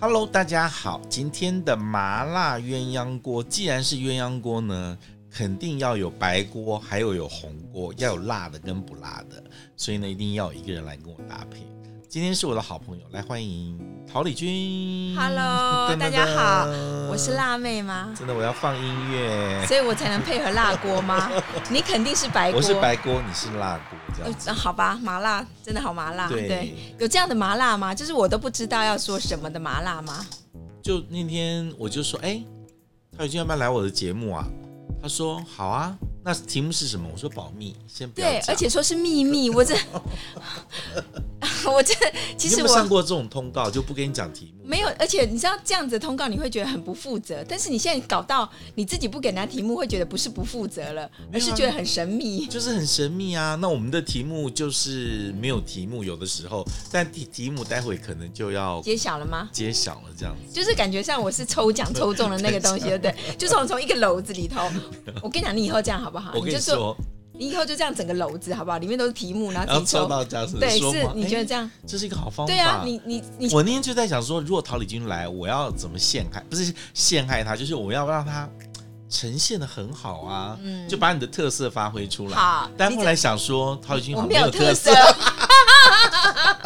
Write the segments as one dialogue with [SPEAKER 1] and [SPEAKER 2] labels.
[SPEAKER 1] Hello，大家好，今天的麻辣鸳鸯锅，既然是鸳鸯锅呢，肯定要有白锅，还有有红锅，要有辣的跟不辣的，所以呢，一定要有一个人来跟我搭配。今天是我的好朋友，来欢迎桃李君。
[SPEAKER 2] Hello，
[SPEAKER 1] 噔噔噔
[SPEAKER 2] 大家好，我是。辣妹吗？
[SPEAKER 1] 真的，我要放音乐。
[SPEAKER 2] 所以我才能配合辣锅吗？ 你肯定是白
[SPEAKER 1] 嗯我
[SPEAKER 2] 锅。
[SPEAKER 1] 是白锅，你是辣锅，这样子。
[SPEAKER 2] 呃好吧，麻辣真的好麻辣。
[SPEAKER 1] 对
[SPEAKER 2] 有这样的麻辣吗？就是我都不知道要说什么的麻辣吗？
[SPEAKER 1] 就那天我就说，哎、他已经要不要来我的节目啊？他说好啊。那题目是什么？我说保密，先不要
[SPEAKER 2] 对，
[SPEAKER 1] 讲
[SPEAKER 2] 而且说是秘密，我这， 我这其
[SPEAKER 1] 你
[SPEAKER 2] 实
[SPEAKER 1] 有没有上
[SPEAKER 2] 我
[SPEAKER 1] 过这种通告，就不给你讲题目。
[SPEAKER 2] 没有，而且你知道这样子的通告你会觉得很不负责，但是你现在搞到你自己不给人家题目，会觉得不是不负责了，
[SPEAKER 1] 没
[SPEAKER 2] 而
[SPEAKER 1] 有啊
[SPEAKER 2] 是觉得很神秘。
[SPEAKER 1] 就是很神秘啊。那我们的题目就是没有题目，有的时候，但题题目待会可能就要
[SPEAKER 2] 揭晓了吗？
[SPEAKER 1] 揭晓了，这样子。
[SPEAKER 2] 就是感觉像我是抽奖抽中的那个 东西，对不对？就是我从一个篓子里头，我跟你啊讲，你以后这样好不好？
[SPEAKER 1] 我跟
[SPEAKER 2] 就
[SPEAKER 1] 你
[SPEAKER 2] 说，
[SPEAKER 1] 说，
[SPEAKER 2] 你以后就这样整个篓子好不好？里面都是题目，然
[SPEAKER 1] 然
[SPEAKER 2] 后
[SPEAKER 1] 后
[SPEAKER 2] 自己
[SPEAKER 1] 哦抽
[SPEAKER 2] 抽。
[SPEAKER 1] 到家是
[SPEAKER 2] 对，
[SPEAKER 1] 说
[SPEAKER 2] 是
[SPEAKER 1] 嘛，
[SPEAKER 2] 你
[SPEAKER 1] 哎
[SPEAKER 2] 觉得这样？
[SPEAKER 1] 这是一个好方法。
[SPEAKER 2] 对啊，你你你
[SPEAKER 1] 我那天就在想说，如果桃李君来，我要怎么陷害？不是陷害他，就是我要让他呈现的很好啊，
[SPEAKER 2] 嗯
[SPEAKER 1] 就把你的特色发挥出来。
[SPEAKER 2] 好
[SPEAKER 1] 但
[SPEAKER 2] 你
[SPEAKER 1] 后
[SPEAKER 2] 这
[SPEAKER 1] 来想说，桃李君
[SPEAKER 2] 我
[SPEAKER 1] 好像
[SPEAKER 2] 没有特
[SPEAKER 1] 特
[SPEAKER 2] 色， 啊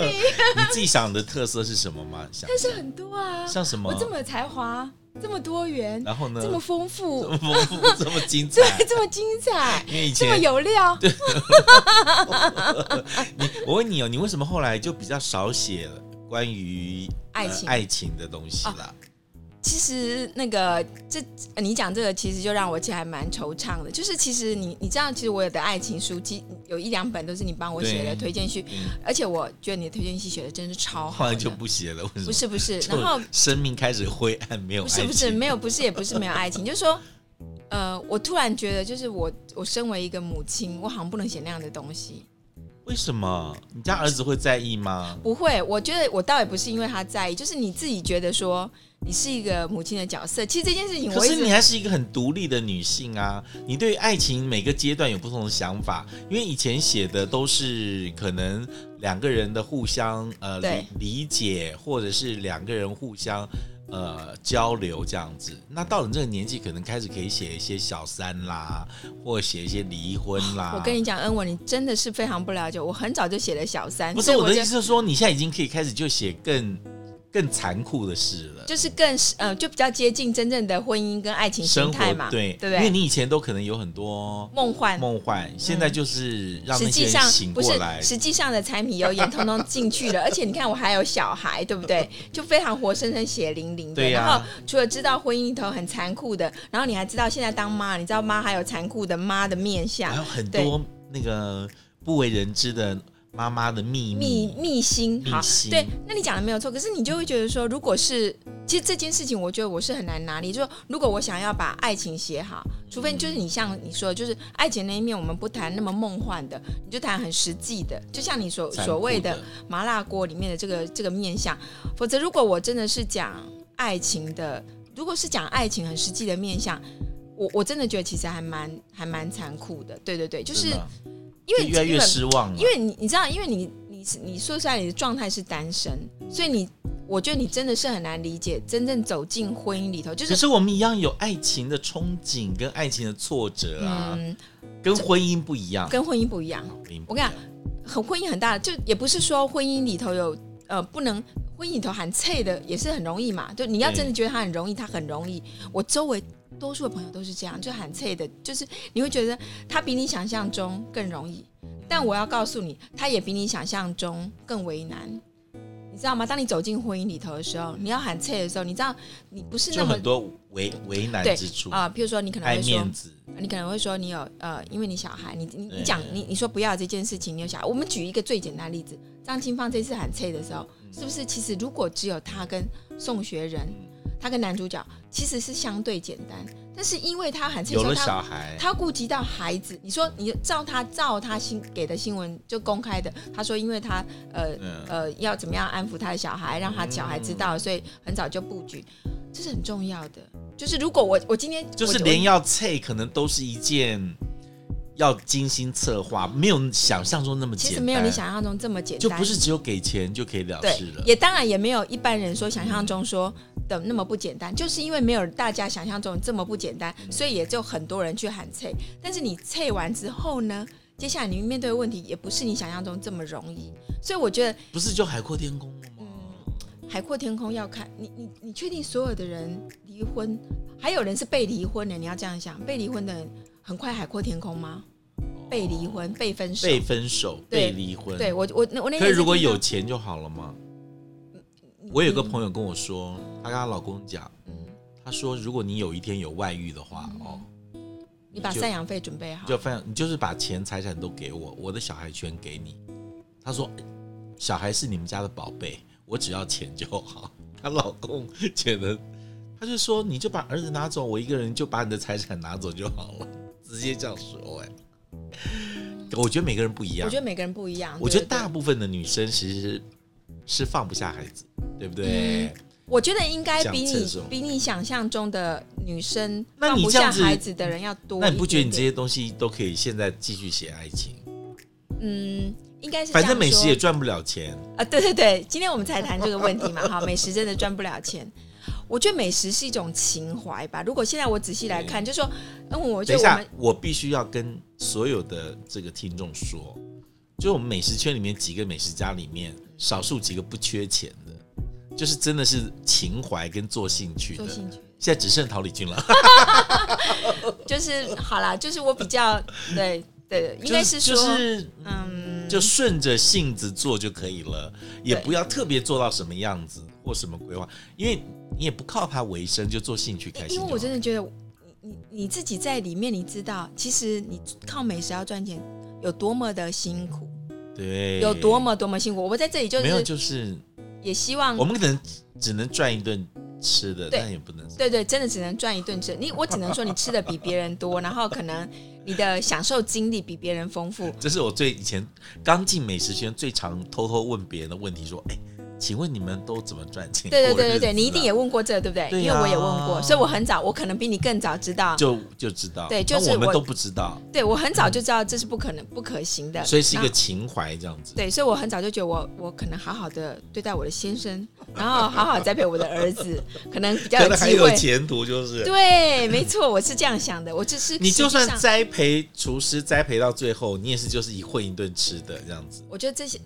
[SPEAKER 1] 你自己想的特色是什么吗？想一
[SPEAKER 2] 但
[SPEAKER 1] 下
[SPEAKER 2] 是很多啊。
[SPEAKER 1] 像什么
[SPEAKER 2] 我？这么有才华，这么多元，
[SPEAKER 1] 然后呢？
[SPEAKER 2] 这么丰富，
[SPEAKER 1] 丰富，这么精 彩
[SPEAKER 2] 对，。这么精彩，
[SPEAKER 1] 因为 以
[SPEAKER 2] 这么
[SPEAKER 1] 前
[SPEAKER 2] 有料。
[SPEAKER 1] 你，我问你哦，你为什么后来就比较少写关于
[SPEAKER 2] 爱
[SPEAKER 1] 呃
[SPEAKER 2] 情哦
[SPEAKER 1] 爱情的东西啦？
[SPEAKER 2] 其实那个这呃你讲这个，其实就让我其实还蛮惆怅的。就是其实你你知道，其实我有的爱情书，其有一两本都是你帮我写的
[SPEAKER 1] 对
[SPEAKER 2] 推荐序，
[SPEAKER 1] 嗯，
[SPEAKER 2] 而且我觉得你的推荐序写的真是超
[SPEAKER 1] 后
[SPEAKER 2] 好
[SPEAKER 1] 来
[SPEAKER 2] 的。
[SPEAKER 1] 就不写了，为什么？
[SPEAKER 2] 不是不是，
[SPEAKER 1] 就
[SPEAKER 2] 然后
[SPEAKER 1] 生命开始灰 暗，没有
[SPEAKER 2] 不
[SPEAKER 1] 爱
[SPEAKER 2] 是
[SPEAKER 1] 情。
[SPEAKER 2] 不是没有不是也不是没有爱情，就是说，呃，我突然觉得就是我我身为一个母亲，我好像不能写那样的东西。
[SPEAKER 1] 为什么？你家儿子会在意吗？
[SPEAKER 2] 不会，我觉得我倒也不是因为他在意，就是你自己觉得说你是一个母亲的角色。其实这件事情
[SPEAKER 1] 可
[SPEAKER 2] 我一
[SPEAKER 1] 是
[SPEAKER 2] 直
[SPEAKER 1] 你还是一个很独立的女性啊，你对于爱情每个阶段有不同的想法，因为以前写的都是可能两个人的互相呃
[SPEAKER 2] 对
[SPEAKER 1] 理理解，或者是两个人互相呃交流这样子。那到你这个年纪，可能开始可以写一些小三啦，或写一些离婚啦。
[SPEAKER 2] 哦我跟你讲，恩文，你真的是非常不了解。我很早就写了小三，
[SPEAKER 1] 不
[SPEAKER 2] 所
[SPEAKER 1] 是
[SPEAKER 2] 以
[SPEAKER 1] 我的
[SPEAKER 2] 就
[SPEAKER 1] 意思是说，你现在已经可以开始就写更更残酷的事了。
[SPEAKER 2] 就是更呃，就比较接近真正的婚姻跟爱情
[SPEAKER 1] 生
[SPEAKER 2] 形态
[SPEAKER 1] 活
[SPEAKER 2] 嘛，
[SPEAKER 1] 对
[SPEAKER 2] 对
[SPEAKER 1] 因为
[SPEAKER 2] 不对？
[SPEAKER 1] 你以前都可能有很多
[SPEAKER 2] 梦幻，
[SPEAKER 1] 梦幻，现在就是让
[SPEAKER 2] 嗯实
[SPEAKER 1] 那些
[SPEAKER 2] 际
[SPEAKER 1] 人
[SPEAKER 2] 上
[SPEAKER 1] 醒
[SPEAKER 2] 不
[SPEAKER 1] 过
[SPEAKER 2] 是
[SPEAKER 1] 来。
[SPEAKER 2] 实际上的柴米油盐通通进 去了，而且你看我还有小孩，对不对？就非常活生生、血淋淋的。
[SPEAKER 1] 对呀
[SPEAKER 2] 然后除了知道婚姻里头很残酷的，然后你还知道现在当妈，你知道妈还有残酷的妈的面相
[SPEAKER 1] 还、有很多那个不为人知的妈妈的秘
[SPEAKER 2] 秘
[SPEAKER 1] 密。
[SPEAKER 2] 秘辛，
[SPEAKER 1] 秘
[SPEAKER 2] 好，
[SPEAKER 1] 辛
[SPEAKER 2] 对，那你讲的没有错。可是你就会觉得说，如果是其实这件事情，我觉得我是很难拿捏。就是如果我想要把爱情写好，除非就是你像你说的，就是爱情那一面我们不谈那么梦幻的，你就谈很实际的，就像你所
[SPEAKER 1] 嗯残酷的
[SPEAKER 2] 所谓的麻辣锅里面的这个这个面相。否则，如果我真的是讲爱情的，如果是讲爱情很实际的面相。我我真的觉得其实还蛮还蛮残酷的，对对对，就
[SPEAKER 1] 真
[SPEAKER 2] 是
[SPEAKER 1] 的
[SPEAKER 2] 因为
[SPEAKER 1] 就越来越
[SPEAKER 2] 基本
[SPEAKER 1] 失望了，
[SPEAKER 2] 因为你你知道，因为你你是你说出来你的状态是单身，所以你我觉得你真的是很难理解真正走进婚姻里头，就
[SPEAKER 1] 可
[SPEAKER 2] 是
[SPEAKER 1] 是我们一样有爱情的憧憬跟爱情的挫折啊，
[SPEAKER 2] 嗯，
[SPEAKER 1] 跟婚姻不一样。
[SPEAKER 2] 跟婚姻不一样。我跟你讲，很婚姻很大，就也不是说婚姻里头有呃不能。婚姻里头喊脆的也是很容易嘛，就你要
[SPEAKER 1] 对
[SPEAKER 2] 真的觉得他很容易，他很容易。我周围多数的朋友都是这样，就喊脆的，就是你会觉得他比你想象中更容易，但我要告诉你，他也比你想象中更为难，你知道吗？当你走进婚姻里头的时候，你要喊脆的时候，你知道你不是
[SPEAKER 1] 就
[SPEAKER 2] 那么
[SPEAKER 1] 很多为为难
[SPEAKER 2] 对
[SPEAKER 1] 之处，
[SPEAKER 2] 啊、譬如说你可能
[SPEAKER 1] 爱
[SPEAKER 2] 会说
[SPEAKER 1] 面子，
[SPEAKER 2] 你可能会说你有呃，因为你小孩，你你
[SPEAKER 1] 对
[SPEAKER 2] 你讲你你说不要这件事情，你有小孩。我们举一个最简单的例子，张清芳这次喊脆的时候，
[SPEAKER 1] 嗯
[SPEAKER 2] 是不是其实如果只有他跟宋学仁，他跟男主角其实是相对简单，但是因为他喊脆的
[SPEAKER 1] 有了
[SPEAKER 2] 时候，他
[SPEAKER 1] 小孩，
[SPEAKER 2] 他顾及到孩子，你说你照他照他新给的新闻就公开的，他说因为他呃
[SPEAKER 1] 嗯，
[SPEAKER 2] 呃要怎么样安抚他的小孩，让他小孩知道，所以很早就布局，这是很重要的。就是如果我我今天
[SPEAKER 1] 就是
[SPEAKER 2] 我我
[SPEAKER 1] 连要脆可能都是一件要精心策划，没有想象中那么简单，
[SPEAKER 2] 其实没有你想象中这么简
[SPEAKER 1] 就
[SPEAKER 2] 单，
[SPEAKER 1] 不是只有给钱就可以了
[SPEAKER 2] 对
[SPEAKER 1] 事了，。
[SPEAKER 2] 也当然也没有一般人说想象中说的那么不简单，就是因为没有大家想象中这么不简单，所以也就很多人去喊脆。但是你脆完之后呢，接下来你面对的问题也不是你想象中这么容易，所以我觉得
[SPEAKER 1] 不是就海阔天空了吗？
[SPEAKER 2] 海阔天空要看你你你确定所有的人离婚，还有人是被离婚的，你要这样想，被离婚的人很快海阔天空吗？被离婚、被分手，
[SPEAKER 1] 被分手、
[SPEAKER 2] 对
[SPEAKER 1] 被离婚，
[SPEAKER 2] 对我我我那
[SPEAKER 1] 可
[SPEAKER 2] 天
[SPEAKER 1] 是如果
[SPEAKER 2] 是听到
[SPEAKER 1] 有钱就好了嘛。
[SPEAKER 2] 嗯
[SPEAKER 1] 我有个朋友跟我说，她跟她老公讲，
[SPEAKER 2] 嗯
[SPEAKER 1] 她说如果你有一天有外遇的话，哦，
[SPEAKER 2] 你把
[SPEAKER 1] 就
[SPEAKER 2] 赡养费准备好，
[SPEAKER 1] 就分你就是把钱财产都给我，我的小孩全给你。她说，小孩是你们家的宝贝，我只要钱就好。她老公 觉得，他就说你就把儿子拿走，我一个人就把你的财产拿走就好了，直接这样说、哎，我觉得每个人不一样
[SPEAKER 2] 我觉。得每个人不一样。
[SPEAKER 1] 我觉得
[SPEAKER 2] 对对
[SPEAKER 1] 大部分的女生其实是是放不下孩子，对不对？
[SPEAKER 2] 我觉得应该比
[SPEAKER 1] 讲这
[SPEAKER 2] 你
[SPEAKER 1] 种
[SPEAKER 2] 比你想象中的女生
[SPEAKER 1] 那
[SPEAKER 2] 放
[SPEAKER 1] 你
[SPEAKER 2] 不
[SPEAKER 1] 这样
[SPEAKER 2] 下
[SPEAKER 1] 子
[SPEAKER 2] 孩子的人要多一点点。
[SPEAKER 1] 那你不觉得你这些东西都可以现在继续写爱情？
[SPEAKER 2] 嗯，应该是
[SPEAKER 1] 反
[SPEAKER 2] 这
[SPEAKER 1] 正
[SPEAKER 2] 样
[SPEAKER 1] 美食
[SPEAKER 2] 说
[SPEAKER 1] 也赚不了钱，
[SPEAKER 2] 啊，对对对，今天我们才谈这个问题嘛，哈，美食真的赚不了钱。我觉得美食是一种情怀吧。如果现在我仔细来看，就说，嗯，我觉
[SPEAKER 1] 等一
[SPEAKER 2] 得我
[SPEAKER 1] 下
[SPEAKER 2] 们，
[SPEAKER 1] 我必须要跟所有的这个听众说，就是我们美食圈里面几个美食家里面，少数几个不缺钱的，就是真的是情怀跟做兴趣的
[SPEAKER 2] 做。兴趣
[SPEAKER 1] 现在只剩桃李君了，
[SPEAKER 2] 就是好啦，就是我比较对对， 应该是说，
[SPEAKER 1] 就是
[SPEAKER 2] 嗯，
[SPEAKER 1] 就顺着性子做就可以了，也不要特别做到什么样子或什么规划，因为你也不靠它为生，就做兴趣开心就
[SPEAKER 2] 因
[SPEAKER 1] 好。
[SPEAKER 2] 为我真的觉得你你你自己在里面，你知道，其实你靠美食要赚钱有多么的辛苦，
[SPEAKER 1] 对
[SPEAKER 2] 有多么多么辛苦。我们在这里就
[SPEAKER 1] 没有，
[SPEAKER 2] 是
[SPEAKER 1] 就是
[SPEAKER 2] 也希望
[SPEAKER 1] 我，们可能只能赚一顿吃的，
[SPEAKER 2] 对
[SPEAKER 1] 但也不能
[SPEAKER 2] 对对，真的只能赚一顿吃。你我只能说你吃的比别人多，然后可能你的享受经历比别人丰富。
[SPEAKER 1] 这是我最以前刚进美食圈最常偷偷问别人的问题，说：“哎，请问你们都怎么赚钱？”
[SPEAKER 2] 对对
[SPEAKER 1] 过日
[SPEAKER 2] 对
[SPEAKER 1] 子
[SPEAKER 2] 对
[SPEAKER 1] 啊
[SPEAKER 2] 对，你一定也问过这个，对不对？
[SPEAKER 1] 对啊
[SPEAKER 2] 因为我也问过，所以我很早，我可能比你更早知道。
[SPEAKER 1] 就就知道，
[SPEAKER 2] 对就是
[SPEAKER 1] 那我们
[SPEAKER 2] 我
[SPEAKER 1] 都不知道，
[SPEAKER 2] 对我很早就知道这是不可能、不可行的，
[SPEAKER 1] 所以是一
[SPEAKER 2] 那
[SPEAKER 1] 个情怀这样子。
[SPEAKER 2] 对，所以我很早就觉得我我可能好好的对待我的先生，然后好好栽培我的儿子，可能比较
[SPEAKER 1] 可
[SPEAKER 2] 有
[SPEAKER 1] 能还
[SPEAKER 2] 机
[SPEAKER 1] 有
[SPEAKER 2] 会。
[SPEAKER 1] 前途，就是
[SPEAKER 2] 对，没错，我是这样想的。我只是
[SPEAKER 1] 你就
[SPEAKER 2] 实
[SPEAKER 1] 算
[SPEAKER 2] 际上
[SPEAKER 1] 栽培厨师栽培到最后，你也是就是一混一顿吃的这样子。
[SPEAKER 2] 我觉得这些，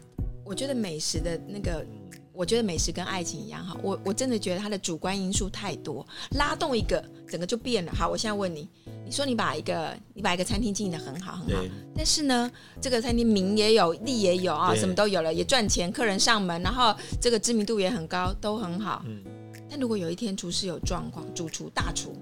[SPEAKER 2] 我觉得美食的那个，我觉得美食跟爱情一样哈，我我真的觉得它的主观因素太多，拉动一个整个就变了。好，我现在问你，你说你把一个你把一个餐厅经营的很好很好
[SPEAKER 1] 对，
[SPEAKER 2] 但是呢，这个餐厅名也有，利也有啊，
[SPEAKER 1] 对
[SPEAKER 2] 什么都有了，也赚钱，客人上门，然后这个知名度也很高，都很好。
[SPEAKER 1] 嗯
[SPEAKER 2] 但如果有一天厨师有状况，主厨大厨，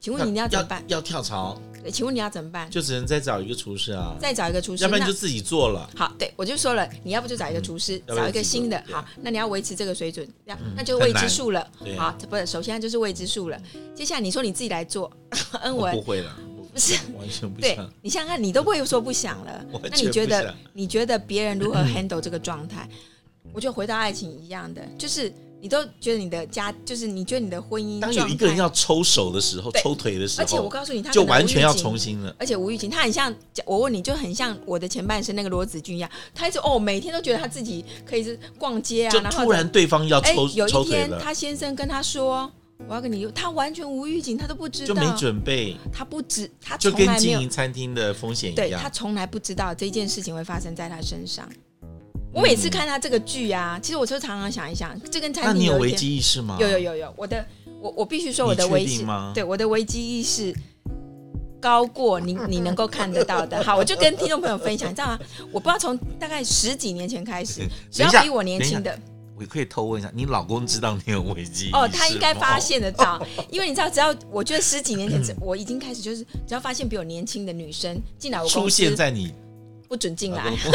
[SPEAKER 2] 请问你要怎么办？
[SPEAKER 1] 要跳槽，
[SPEAKER 2] 对请问你要怎么办？
[SPEAKER 1] 就只能再找一个厨师啊，
[SPEAKER 2] 再找一个厨师，
[SPEAKER 1] 要不然
[SPEAKER 2] 那
[SPEAKER 1] 就自己做了。
[SPEAKER 2] 好，对我就说了，你要不就找一个厨师，
[SPEAKER 1] 要不然
[SPEAKER 2] 找一个新的
[SPEAKER 1] 自己。做嗯
[SPEAKER 2] 好，那你要维持这个水准，那、那就是
[SPEAKER 1] 很
[SPEAKER 2] 未知
[SPEAKER 1] 难
[SPEAKER 2] 数了
[SPEAKER 1] 对。
[SPEAKER 2] 好，这不是，首先就是未知数了。接下来你说你自己来做， 恩
[SPEAKER 1] 我
[SPEAKER 2] 文
[SPEAKER 1] 哦不，会了，
[SPEAKER 2] 不是
[SPEAKER 1] 完全不
[SPEAKER 2] 对
[SPEAKER 1] 想。
[SPEAKER 2] 你想想看，你都不会说不想 了
[SPEAKER 1] 完，
[SPEAKER 2] 那
[SPEAKER 1] 全
[SPEAKER 2] 你
[SPEAKER 1] 不
[SPEAKER 2] 觉得
[SPEAKER 1] 想
[SPEAKER 2] 你觉得别人如何 handle 这个状态？ 我就回到爱情一样的，就是你都觉得你的家，就是你觉得你的婚姻
[SPEAKER 1] 当有
[SPEAKER 2] 状
[SPEAKER 1] 一个人
[SPEAKER 2] 态，
[SPEAKER 1] 要抽手的时候，
[SPEAKER 2] 对
[SPEAKER 1] 抽腿的时
[SPEAKER 2] 而且我
[SPEAKER 1] 候，
[SPEAKER 2] 告诉你，他
[SPEAKER 1] 就
[SPEAKER 2] 可能
[SPEAKER 1] 完
[SPEAKER 2] 无
[SPEAKER 1] 全
[SPEAKER 2] 预
[SPEAKER 1] 要
[SPEAKER 2] 警
[SPEAKER 1] 重新了。
[SPEAKER 2] 而且吴玉琴，她很像，我问你就很像我的前半生那个罗子君一样，她一直哦，每天都觉得她自己可以是逛街啊，
[SPEAKER 1] 就
[SPEAKER 2] 然后
[SPEAKER 1] 突然对方要
[SPEAKER 2] 哎，
[SPEAKER 1] 抽
[SPEAKER 2] 有
[SPEAKER 1] 抽
[SPEAKER 2] 一
[SPEAKER 1] 腿
[SPEAKER 2] 天
[SPEAKER 1] 了，
[SPEAKER 2] 她先生跟她说我要跟你，她完全无预警，她都不知
[SPEAKER 1] 就
[SPEAKER 2] 道，
[SPEAKER 1] 没准备，
[SPEAKER 2] 她不知，她
[SPEAKER 1] 就
[SPEAKER 2] 从
[SPEAKER 1] 跟
[SPEAKER 2] 来没
[SPEAKER 1] 经
[SPEAKER 2] 有，
[SPEAKER 1] 营餐厅的风险一
[SPEAKER 2] 对她
[SPEAKER 1] 样。
[SPEAKER 2] 从来不知道这件事情会发生在她身上。我每次看她这个剧啊，其实我就常常想一想，这跟
[SPEAKER 1] 嗯那
[SPEAKER 2] 餐
[SPEAKER 1] 你
[SPEAKER 2] 厅
[SPEAKER 1] 有
[SPEAKER 2] 一
[SPEAKER 1] 危
[SPEAKER 2] 点
[SPEAKER 1] 机意识吗？
[SPEAKER 2] 有有有有，我的我我必须说
[SPEAKER 1] 你
[SPEAKER 2] 我的
[SPEAKER 1] 确
[SPEAKER 2] 危
[SPEAKER 1] 定
[SPEAKER 2] 机
[SPEAKER 1] 吗，，
[SPEAKER 2] 对我的危机意识高过你你能够看得到的。好，我就跟听众朋友分享，你知道吗？我不知道从大概十几年前开始
[SPEAKER 1] 等一
[SPEAKER 2] 只要
[SPEAKER 1] 下
[SPEAKER 2] 比我年
[SPEAKER 1] 等一
[SPEAKER 2] 轻
[SPEAKER 1] 下
[SPEAKER 2] 的
[SPEAKER 1] 我可以偷问一下，你老公知道你有危机意识吗？
[SPEAKER 2] 哦，他应该发现得到，
[SPEAKER 1] 哦
[SPEAKER 2] 因为你知道，只要我觉得十几年前只我已经开始就是，只要发现比我年轻的女生进来我
[SPEAKER 1] 出
[SPEAKER 2] 公
[SPEAKER 1] 现
[SPEAKER 2] 司，
[SPEAKER 1] 在啊你
[SPEAKER 2] 不准进
[SPEAKER 1] 老
[SPEAKER 2] 来
[SPEAKER 1] 公，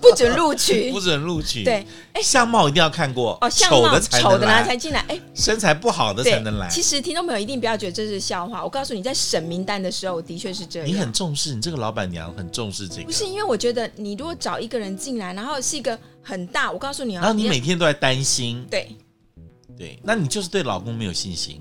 [SPEAKER 2] 不准录取
[SPEAKER 1] 不。准录取。
[SPEAKER 2] 对，哎
[SPEAKER 1] 相貌一定要看过，
[SPEAKER 2] 哦，相
[SPEAKER 1] 丑
[SPEAKER 2] 貌
[SPEAKER 1] 的才
[SPEAKER 2] 丑
[SPEAKER 1] 能
[SPEAKER 2] 的呢
[SPEAKER 1] 来，
[SPEAKER 2] 才进来，哎，
[SPEAKER 1] 身材不好的
[SPEAKER 2] 对，
[SPEAKER 1] 才能来。
[SPEAKER 2] 其实听众朋友一定不要觉得这是笑话，我告诉你，在审名单的时候，的确是这样。
[SPEAKER 1] 你很重视，你这个老板娘很重视这个
[SPEAKER 2] 不。是因为我觉得你如果找一个人进来，然后是一个很大，我告诉你啊，
[SPEAKER 1] 然后你
[SPEAKER 2] 要
[SPEAKER 1] 每天都在担心，
[SPEAKER 2] 对
[SPEAKER 1] 对，那你就是对老公没有信心。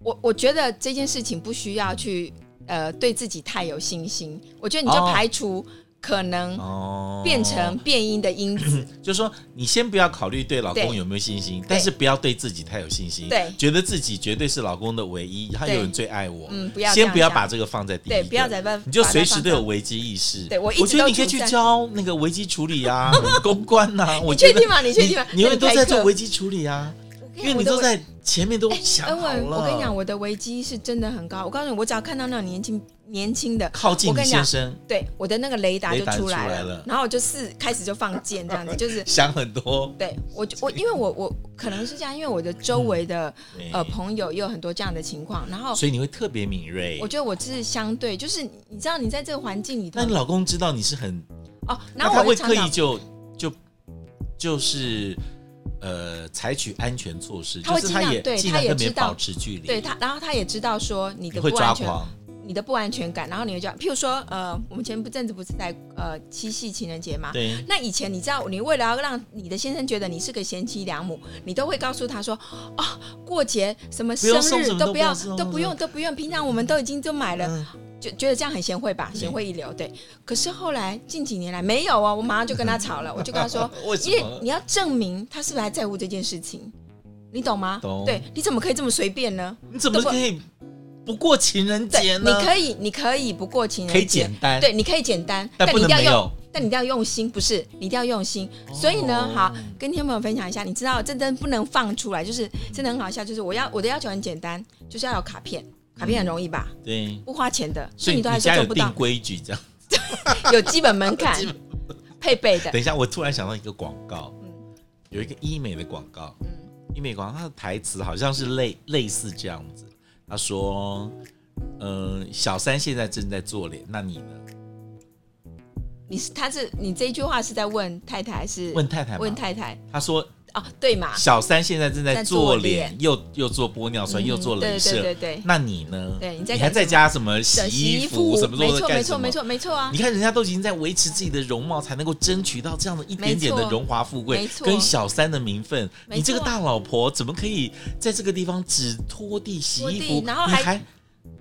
[SPEAKER 2] 我我觉得这件事情不需要去呃对自己太有信心，我觉得你就
[SPEAKER 1] 哦
[SPEAKER 2] 排除可能
[SPEAKER 1] 哦，
[SPEAKER 2] 变成变音的因子。
[SPEAKER 1] 就是说，你先不要考虑对老公
[SPEAKER 2] 对
[SPEAKER 1] 有没有信心，但是不要对自己太有信心，
[SPEAKER 2] 对
[SPEAKER 1] 觉得自己绝对是老公的唯一，他永远最爱我，
[SPEAKER 2] 嗯不要这
[SPEAKER 1] 先
[SPEAKER 2] 样
[SPEAKER 1] 不要
[SPEAKER 2] 想
[SPEAKER 1] 把这个放在第一个，
[SPEAKER 2] 对，不要再把
[SPEAKER 1] 你就
[SPEAKER 2] 把它
[SPEAKER 1] 随时
[SPEAKER 2] 放
[SPEAKER 1] 都
[SPEAKER 2] 大
[SPEAKER 1] 有危机意识。
[SPEAKER 2] 对我一直
[SPEAKER 1] 我觉得
[SPEAKER 2] 都
[SPEAKER 1] 你可以
[SPEAKER 2] 处
[SPEAKER 1] 去
[SPEAKER 2] 在
[SPEAKER 1] 教那个危机处理 啊、公关呐、我
[SPEAKER 2] 你
[SPEAKER 1] 觉
[SPEAKER 2] 确
[SPEAKER 1] 得
[SPEAKER 2] 定吗？你确定吗？
[SPEAKER 1] 你永远都
[SPEAKER 2] 真的
[SPEAKER 1] 在
[SPEAKER 2] 开课
[SPEAKER 1] 做危机处理啊，因为你都在前面都想
[SPEAKER 2] 哎恩
[SPEAKER 1] 好
[SPEAKER 2] 文，
[SPEAKER 1] 了。
[SPEAKER 2] 我跟你讲，我的危机是真的很高。我告诉你，我只要看到那种年轻年轻的，
[SPEAKER 1] 靠近
[SPEAKER 2] 我跟
[SPEAKER 1] 你
[SPEAKER 2] 你讲
[SPEAKER 1] 先生，
[SPEAKER 2] 对我的那个雷达
[SPEAKER 1] 雷
[SPEAKER 2] 就
[SPEAKER 1] 达
[SPEAKER 2] 出来
[SPEAKER 1] 出
[SPEAKER 2] 了，
[SPEAKER 1] 来了
[SPEAKER 2] 然后我就是开始就放箭这样子，就是
[SPEAKER 1] 想很多。
[SPEAKER 2] 对我就我因为我我可能是这样，因为我的周围的、
[SPEAKER 1] 对
[SPEAKER 2] 呃朋友也有很多这样的情况，然后
[SPEAKER 1] 所以你会特别敏锐
[SPEAKER 2] 我。觉得我是相对就是你知道你在这个环境里头
[SPEAKER 1] 那你老公知道你是很，
[SPEAKER 2] 哦，然
[SPEAKER 1] 那
[SPEAKER 2] 后
[SPEAKER 1] 他
[SPEAKER 2] 我
[SPEAKER 1] 会
[SPEAKER 2] 就
[SPEAKER 1] 刻
[SPEAKER 2] 常
[SPEAKER 1] 意
[SPEAKER 2] 常
[SPEAKER 1] 就就就是呃采取安全措施，就
[SPEAKER 2] 他会
[SPEAKER 1] 是
[SPEAKER 2] 尽
[SPEAKER 1] 他
[SPEAKER 2] 量
[SPEAKER 1] 也
[SPEAKER 2] 对
[SPEAKER 1] 尽
[SPEAKER 2] 他
[SPEAKER 1] 量
[SPEAKER 2] 也
[SPEAKER 1] 跟别
[SPEAKER 2] 知
[SPEAKER 1] 人
[SPEAKER 2] 道
[SPEAKER 1] 保持距离，
[SPEAKER 2] 对他，然后他也知道说你
[SPEAKER 1] 你
[SPEAKER 2] 的
[SPEAKER 1] 会
[SPEAKER 2] 不
[SPEAKER 1] 抓
[SPEAKER 2] 安全啊
[SPEAKER 1] 狂，
[SPEAKER 2] 你的不安全感，然后你就这样，譬如说，呃，我们前不阵子不是在呃七夕情人节嘛，
[SPEAKER 1] 对，
[SPEAKER 2] 那以前你知道，你为了要让你的先生觉得你是个贤妻良母，你都会告诉他说：“哦，过节什么
[SPEAKER 1] 不
[SPEAKER 2] 生
[SPEAKER 1] 用送
[SPEAKER 2] 日
[SPEAKER 1] 什么都
[SPEAKER 2] 都不
[SPEAKER 1] 不
[SPEAKER 2] 要
[SPEAKER 1] 要，送
[SPEAKER 2] 都不用，都不用。平常我们都已经都买了，
[SPEAKER 1] 嗯：“
[SPEAKER 2] 就觉得这样很贤惠吧，贤惠一流。”对。可是后来近几年来没有哦，我马上就跟他吵了，我就跟他说
[SPEAKER 1] 呃为什
[SPEAKER 2] 呃因为
[SPEAKER 1] 么？
[SPEAKER 2] 你要证明他是不是还在乎这件事情，你懂吗？
[SPEAKER 1] 懂
[SPEAKER 2] 对，你怎么可以这么随便呢？
[SPEAKER 1] 你怎么
[SPEAKER 2] 都不
[SPEAKER 1] 可以不过情人节
[SPEAKER 2] 对，
[SPEAKER 1] 呢？
[SPEAKER 2] 你可以，你可以不过情人节，
[SPEAKER 1] 可以简单，
[SPEAKER 2] 对，你可以简单，
[SPEAKER 1] 但不
[SPEAKER 2] 你一
[SPEAKER 1] 能
[SPEAKER 2] 定要
[SPEAKER 1] 没
[SPEAKER 2] 用，
[SPEAKER 1] 有。
[SPEAKER 2] 但你一定要用心，不是，你一定要用心。
[SPEAKER 1] 哦
[SPEAKER 2] 所以呢，好，跟听众朋友分享一下，你知道这真不能放出来，就是真的很好笑，就是我要我的要求很简单，就是要有卡片，卡片很容易吧，
[SPEAKER 1] 对，
[SPEAKER 2] 不花钱的，
[SPEAKER 1] 嗯所
[SPEAKER 2] 所
[SPEAKER 1] 以
[SPEAKER 2] 以你都还是
[SPEAKER 1] 家
[SPEAKER 2] 做
[SPEAKER 1] 有
[SPEAKER 2] 不
[SPEAKER 1] 定
[SPEAKER 2] 到，
[SPEAKER 1] 规矩这样。
[SPEAKER 2] 有基本门 槛
[SPEAKER 1] 基本
[SPEAKER 2] 配备的，
[SPEAKER 1] 等一下，我突然想到一个广告，
[SPEAKER 2] 嗯
[SPEAKER 1] 有一个医美的广告，
[SPEAKER 2] 嗯，
[SPEAKER 1] 医美广告它的台词好像是类类似这样子，他说：“呃，小三现在正在做脸，那你呢
[SPEAKER 2] 你是他是你这一句话是在问太太还是？”
[SPEAKER 1] 问太太吗，
[SPEAKER 2] 问太太
[SPEAKER 1] 他说
[SPEAKER 2] 哦，对嘛，
[SPEAKER 1] 小三现在正在
[SPEAKER 2] 在做嗯
[SPEAKER 1] 做脸，又又做玻尿酸，又做
[SPEAKER 2] 对
[SPEAKER 1] 镭
[SPEAKER 2] 对
[SPEAKER 1] 射，
[SPEAKER 2] 对对。
[SPEAKER 1] 那你呢？
[SPEAKER 2] 对你在
[SPEAKER 1] 你
[SPEAKER 2] 干
[SPEAKER 1] 还在家什么
[SPEAKER 2] 对
[SPEAKER 1] 洗衣服什么
[SPEAKER 2] 没
[SPEAKER 1] 做的
[SPEAKER 2] 错
[SPEAKER 1] 干
[SPEAKER 2] 没
[SPEAKER 1] 什
[SPEAKER 2] 错
[SPEAKER 1] 么
[SPEAKER 2] 没？错没错啊
[SPEAKER 1] 你！看人家都已经在维持自己的容貌，才能够争取到这样的一点点的荣华富贵
[SPEAKER 2] 没，错
[SPEAKER 1] 跟小三的名分。
[SPEAKER 2] 没错
[SPEAKER 1] 你这个大老婆怎么可以在这个地方只拖地、洗衣
[SPEAKER 2] 拖
[SPEAKER 1] 服？
[SPEAKER 2] 地然后
[SPEAKER 1] 你
[SPEAKER 2] 还
[SPEAKER 1] 还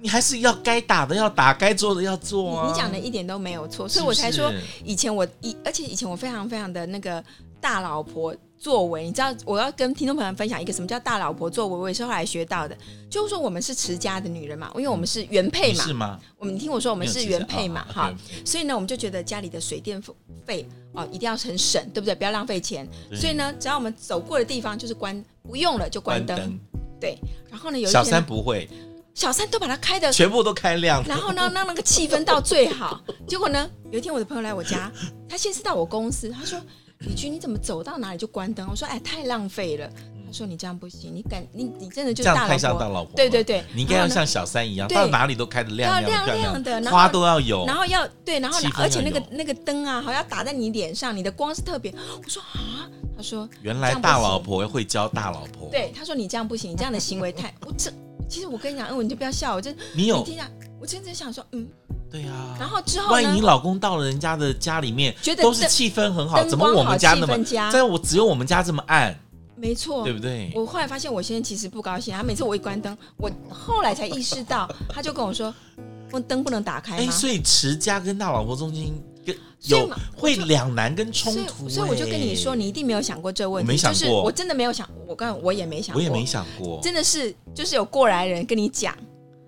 [SPEAKER 1] 你还是要该打的要打，该做的要
[SPEAKER 2] 你
[SPEAKER 1] 做啊！
[SPEAKER 2] 你讲的一点都没有错，所
[SPEAKER 1] 是
[SPEAKER 2] 以
[SPEAKER 1] 不
[SPEAKER 2] 我
[SPEAKER 1] 是，
[SPEAKER 2] 才说以前我以，而且以前我非常非常的那个大老婆作为，你知道，我要跟听众朋友们分享一个什么叫大老婆作为，我也是后来学到的，就是说我们是持家的女人嘛，因为我们是原配
[SPEAKER 1] 你
[SPEAKER 2] 嘛
[SPEAKER 1] 是，吗？
[SPEAKER 2] 我们你听我说我
[SPEAKER 1] 我
[SPEAKER 2] 们是原配嘛，哈、
[SPEAKER 1] 好，
[SPEAKER 2] 所以呢，我们就觉得家里的水电费哦一定要很省，对不对？不要浪费钱。
[SPEAKER 1] 对
[SPEAKER 2] 所以呢，只要我们走过的地方就是关，不用了就关
[SPEAKER 1] 关
[SPEAKER 2] 灯。
[SPEAKER 1] 灯。
[SPEAKER 2] 然后呢，有一
[SPEAKER 1] 小
[SPEAKER 2] 天
[SPEAKER 1] 三
[SPEAKER 2] 呢
[SPEAKER 1] 不会，
[SPEAKER 2] 小三都把它开的
[SPEAKER 1] 全部都开亮。
[SPEAKER 2] 然后呢， 让那个气氛到最好。结果呢，有一天我的朋友来我家，他先是到我公司，他说：“李军，你怎么走到哪里就关灯？”我说：“哎，太浪费了。”他说：“你这样不行，你敢你你真的
[SPEAKER 1] 这
[SPEAKER 2] 就是
[SPEAKER 1] 样
[SPEAKER 2] 大
[SPEAKER 1] 太像
[SPEAKER 2] 老
[SPEAKER 1] 大
[SPEAKER 2] 婆。
[SPEAKER 1] 老婆，啊
[SPEAKER 2] 对对。对，
[SPEAKER 1] 你应该
[SPEAKER 2] 然
[SPEAKER 1] 要
[SPEAKER 2] 后呢
[SPEAKER 1] 像小三一样，
[SPEAKER 2] 对
[SPEAKER 1] 到哪里都开的亮
[SPEAKER 2] 要
[SPEAKER 1] 亮
[SPEAKER 2] 亮
[SPEAKER 1] 漂
[SPEAKER 2] 亮的然后
[SPEAKER 1] 花都要有，
[SPEAKER 2] 然后要对，然后
[SPEAKER 1] 气氛
[SPEAKER 2] 而且
[SPEAKER 1] 要
[SPEAKER 2] 那个
[SPEAKER 1] 有
[SPEAKER 2] 那个灯啊，好像打在你脸上，你的光是特别。我说啊，他说
[SPEAKER 1] 原来大老婆会教大老婆。，
[SPEAKER 2] 对，他说你这样不行，你这样的行为太…… 我这其实我跟你讲，嗯，你就不要笑，我真
[SPEAKER 1] 你
[SPEAKER 2] 你
[SPEAKER 1] 有
[SPEAKER 2] 听讲，我真的想说，嗯。
[SPEAKER 1] 对啊呀。
[SPEAKER 2] 然后之后
[SPEAKER 1] 万一
[SPEAKER 2] 呢
[SPEAKER 1] 你，老公到了人家的家里面，
[SPEAKER 2] 觉得
[SPEAKER 1] 都是
[SPEAKER 2] 灯
[SPEAKER 1] 气氛很好，
[SPEAKER 2] 灯
[SPEAKER 1] 怎么
[SPEAKER 2] 光
[SPEAKER 1] 我
[SPEAKER 2] 好
[SPEAKER 1] 们家
[SPEAKER 2] 气
[SPEAKER 1] 那么
[SPEAKER 2] 氛佳
[SPEAKER 1] 在我只有我们家这么暗，
[SPEAKER 2] 没错，
[SPEAKER 1] 对不对？
[SPEAKER 2] 我后来发现我先生其实不高兴，他每次我一关灯，我后来才意识到，他就跟我说，不灯不能打开
[SPEAKER 1] 哎，
[SPEAKER 2] 吗？
[SPEAKER 1] 所以持家跟大老婆中间跟
[SPEAKER 2] 所以
[SPEAKER 1] 有
[SPEAKER 2] 嘛
[SPEAKER 1] 会两难跟冲
[SPEAKER 2] 所以
[SPEAKER 1] 突，
[SPEAKER 2] 所以我就跟你说，
[SPEAKER 1] 哎
[SPEAKER 2] 你一定没有想过这个问
[SPEAKER 1] 我
[SPEAKER 2] 题，
[SPEAKER 1] 没想过
[SPEAKER 2] 就是我真的没有想，我刚我也没想
[SPEAKER 1] 我
[SPEAKER 2] 过，
[SPEAKER 1] 也没想过，
[SPEAKER 2] 真的是就是有过来人跟你讲，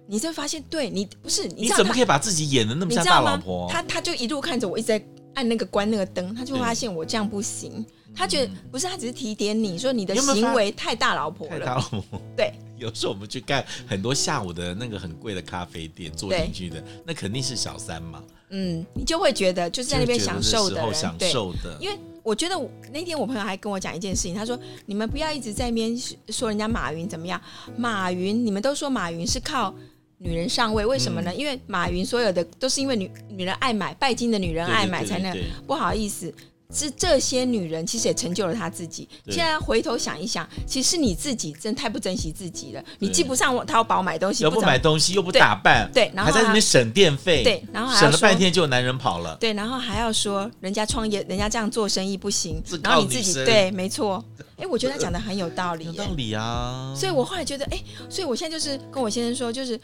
[SPEAKER 2] 你就发现对你不是，你
[SPEAKER 1] 你
[SPEAKER 2] 知道
[SPEAKER 1] 怎么
[SPEAKER 2] 他
[SPEAKER 1] 可以把自己演的那么
[SPEAKER 2] 你
[SPEAKER 1] 像
[SPEAKER 2] 知
[SPEAKER 1] 大
[SPEAKER 2] 道
[SPEAKER 1] 老
[SPEAKER 2] 吗
[SPEAKER 1] 婆？？
[SPEAKER 2] 他他就一路看着我一直在按那个关那个灯，他就
[SPEAKER 1] 对
[SPEAKER 2] 发现我这样不行，他觉得
[SPEAKER 1] 嗯
[SPEAKER 2] 不是，他只是提点你说你的
[SPEAKER 1] 你有没有
[SPEAKER 2] 行
[SPEAKER 1] 发
[SPEAKER 2] 为太大老婆
[SPEAKER 1] 太
[SPEAKER 2] 了，
[SPEAKER 1] 大老婆。
[SPEAKER 2] 对，
[SPEAKER 1] 有时候我们去干很多下午的那个很贵的咖啡店坐进去的，那肯定是小三嘛，
[SPEAKER 2] 嗯，你就会觉得就是在那边
[SPEAKER 1] 就
[SPEAKER 2] 享
[SPEAKER 1] 是觉得
[SPEAKER 2] 受
[SPEAKER 1] 这
[SPEAKER 2] 的
[SPEAKER 1] 时候
[SPEAKER 2] 人，
[SPEAKER 1] 享
[SPEAKER 2] 对。
[SPEAKER 1] 受的，
[SPEAKER 2] 因为我觉得我那天我朋友还跟我讲一件事情，他说你们不要一直在那边说人家马云怎么样，马云你们都说马云是靠女人上位，为什么
[SPEAKER 1] 嗯
[SPEAKER 2] 呢？因为马云所有的都是因为女女人爱买，拜金的女人
[SPEAKER 1] 对
[SPEAKER 2] 爱
[SPEAKER 1] 对
[SPEAKER 2] 买
[SPEAKER 1] 对
[SPEAKER 2] 才
[SPEAKER 1] 对
[SPEAKER 2] 能。
[SPEAKER 1] 对
[SPEAKER 2] 不好意思。是这些女人其实也成就了她自己。
[SPEAKER 1] 对
[SPEAKER 2] 现在回头想一想，其实你自己真太不珍惜自己了。你
[SPEAKER 1] 对
[SPEAKER 2] 既不上淘宝买东西，
[SPEAKER 1] 又不
[SPEAKER 2] 找
[SPEAKER 1] 买东西，又不
[SPEAKER 2] 对
[SPEAKER 1] 打扮，
[SPEAKER 2] 对，然后
[SPEAKER 1] 还在那边省电费，
[SPEAKER 2] 对，然后还要
[SPEAKER 1] 省了
[SPEAKER 2] 说
[SPEAKER 1] 半天就有男人跑了，
[SPEAKER 2] 对，然后还要说人家创业，人家这样做生意不行
[SPEAKER 1] 自，
[SPEAKER 2] 然后
[SPEAKER 1] 告
[SPEAKER 2] 你自
[SPEAKER 1] 女
[SPEAKER 2] 己
[SPEAKER 1] 生
[SPEAKER 2] 对，没错。哎，我觉得他讲的很有道理
[SPEAKER 1] 有
[SPEAKER 2] 耶
[SPEAKER 1] 道理啊。
[SPEAKER 2] 所以我后来觉得，哎，所以我现在就是跟我先生说，就是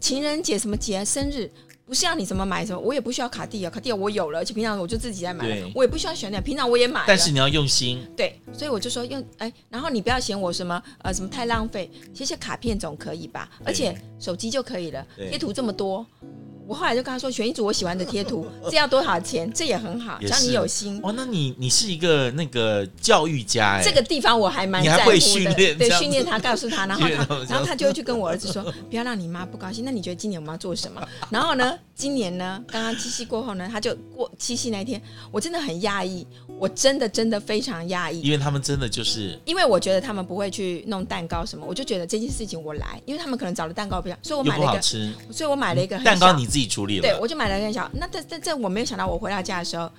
[SPEAKER 2] 情人节什么节、生日，不是要你怎么买什么，我也不需要卡地啊，卡地我有了，而且平常我就自己在买了
[SPEAKER 1] 对，
[SPEAKER 2] 我也不需要选的，平常我也买了。
[SPEAKER 1] 但是你要用心，
[SPEAKER 2] 对，所以我就说用哎，然后你不要嫌我什么呃什么太浪费，写写卡片总可以吧？而且手机就可以了，
[SPEAKER 1] 对
[SPEAKER 2] 贴图这么多。我后来就跟他说，选一组我喜欢的贴 图，这要多少钱？这也很好，
[SPEAKER 1] 也
[SPEAKER 2] 只要
[SPEAKER 1] 是
[SPEAKER 2] 你有心。
[SPEAKER 1] 哦，那你你是一个那个教育家哎，
[SPEAKER 2] 这个地方我还蛮
[SPEAKER 1] 你还
[SPEAKER 2] 在乎
[SPEAKER 1] 会
[SPEAKER 2] 的，
[SPEAKER 1] 训练
[SPEAKER 2] 对
[SPEAKER 1] 这样
[SPEAKER 2] 训练他，告诉他，然 后
[SPEAKER 1] 训练他
[SPEAKER 2] 他
[SPEAKER 1] 们，这样
[SPEAKER 2] 然后他就会去跟我儿子说，不要让你妈不高兴。那你觉得今年我们要做 什么？然后呢，今年呢，刚刚七夕过后呢，他就过七夕那一天，我真的很讶异，我真的真的非常讶异，
[SPEAKER 1] 因为他们真的就是
[SPEAKER 2] 因为我觉得他们不会去弄蛋糕什么，我就觉得这件事情我来，因为他们可能找的蛋糕比较，所以我
[SPEAKER 1] 又
[SPEAKER 2] 买了
[SPEAKER 1] 不
[SPEAKER 2] 一
[SPEAKER 1] 好
[SPEAKER 2] 个，
[SPEAKER 1] 吃，
[SPEAKER 2] 所以我买了一个很
[SPEAKER 1] 蛋糕
[SPEAKER 2] 小
[SPEAKER 1] 你自己处理
[SPEAKER 2] 对
[SPEAKER 1] 了，
[SPEAKER 2] 我就买了一个很小。那但但这我没有想到，我回到家的时候，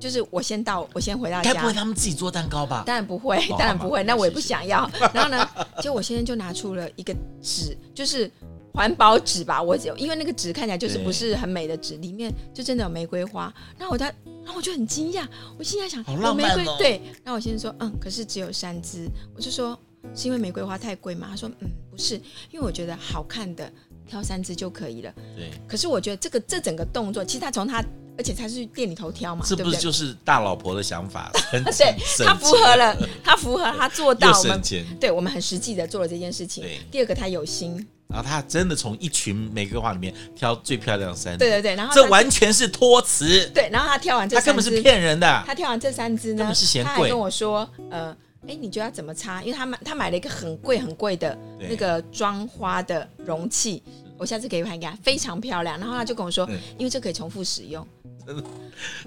[SPEAKER 2] 就是我先到，我先回到
[SPEAKER 1] 该不
[SPEAKER 2] 家
[SPEAKER 1] 会，他们自己做蛋糕吧？
[SPEAKER 2] 当然不会
[SPEAKER 1] 哦，
[SPEAKER 2] 当然不
[SPEAKER 1] 好吧
[SPEAKER 2] 会，那我也
[SPEAKER 1] 是
[SPEAKER 2] 不
[SPEAKER 1] 是
[SPEAKER 2] 想要。然后呢，结果我先生就拿出了一个纸，就是环保纸吧，我因为那个纸看起来就是
[SPEAKER 1] 对
[SPEAKER 2] 不是很美的纸，里面就真的有玫瑰花。然后我他，然后我就很惊讶，我心在想，
[SPEAKER 1] 好浪
[SPEAKER 2] 有玫
[SPEAKER 1] 漫
[SPEAKER 2] 瑰
[SPEAKER 1] 哦
[SPEAKER 2] 对。然后我先生说，嗯，可是只有三支。我就说，是因为玫瑰花太贵吗？他说，嗯，不是，因为我觉得好看的挑三支就可以了。
[SPEAKER 1] 对，
[SPEAKER 2] 可是我觉得这个这整个动作，其实他从他，而且他是去店里头挑嘛，
[SPEAKER 1] 这
[SPEAKER 2] 对
[SPEAKER 1] 不
[SPEAKER 2] 对
[SPEAKER 1] 是？就是大老婆的想法？很
[SPEAKER 2] 对
[SPEAKER 1] 省
[SPEAKER 2] 他符合了，他符合，他做到
[SPEAKER 1] 又
[SPEAKER 2] 我们
[SPEAKER 1] 省钱，
[SPEAKER 2] 对我们很实际的做了这件事情
[SPEAKER 1] 对。
[SPEAKER 2] 第二个，他有心，
[SPEAKER 1] 然后他真的从一群玫瑰花里面挑最漂亮的三
[SPEAKER 2] 对
[SPEAKER 1] 支，
[SPEAKER 2] 对对，然后
[SPEAKER 1] 这
[SPEAKER 2] 他
[SPEAKER 1] 完全是托词，
[SPEAKER 2] 对，然后他挑完这
[SPEAKER 1] 他
[SPEAKER 2] 三
[SPEAKER 1] 根本
[SPEAKER 2] 只，
[SPEAKER 1] 是骗人的。
[SPEAKER 2] 他挑完这三只
[SPEAKER 1] 根
[SPEAKER 2] 呢
[SPEAKER 1] 本是，嫌
[SPEAKER 2] 他
[SPEAKER 1] 贵
[SPEAKER 2] 还跟我说，呃，哎，你觉得要怎么擦？因为他买他买了一个很贵很贵的
[SPEAKER 1] 对
[SPEAKER 2] 那个装花的容器，我下次可以拍给他，非常漂亮。然后他就跟我说
[SPEAKER 1] 嗯，
[SPEAKER 2] 因为这可以重复使用，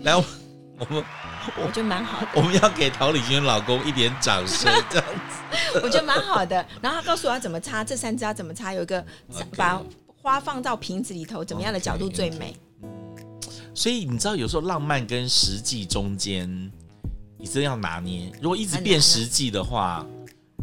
[SPEAKER 1] 来，我我们
[SPEAKER 2] 我觉得蛮好的。
[SPEAKER 1] 我们要给桃李君老公一点掌声， 这样
[SPEAKER 2] 我觉得蛮好的。 然后他告诉我要怎么擦，这三支要怎么擦，有一个
[SPEAKER 1] OK
[SPEAKER 2] 把花放到瓶子里头，怎么样的角度
[SPEAKER 1] 哦
[SPEAKER 2] 最美。
[SPEAKER 1] 所以你知道，有时候浪漫跟实际中间，你真的要拿捏。如果一直变实际的话，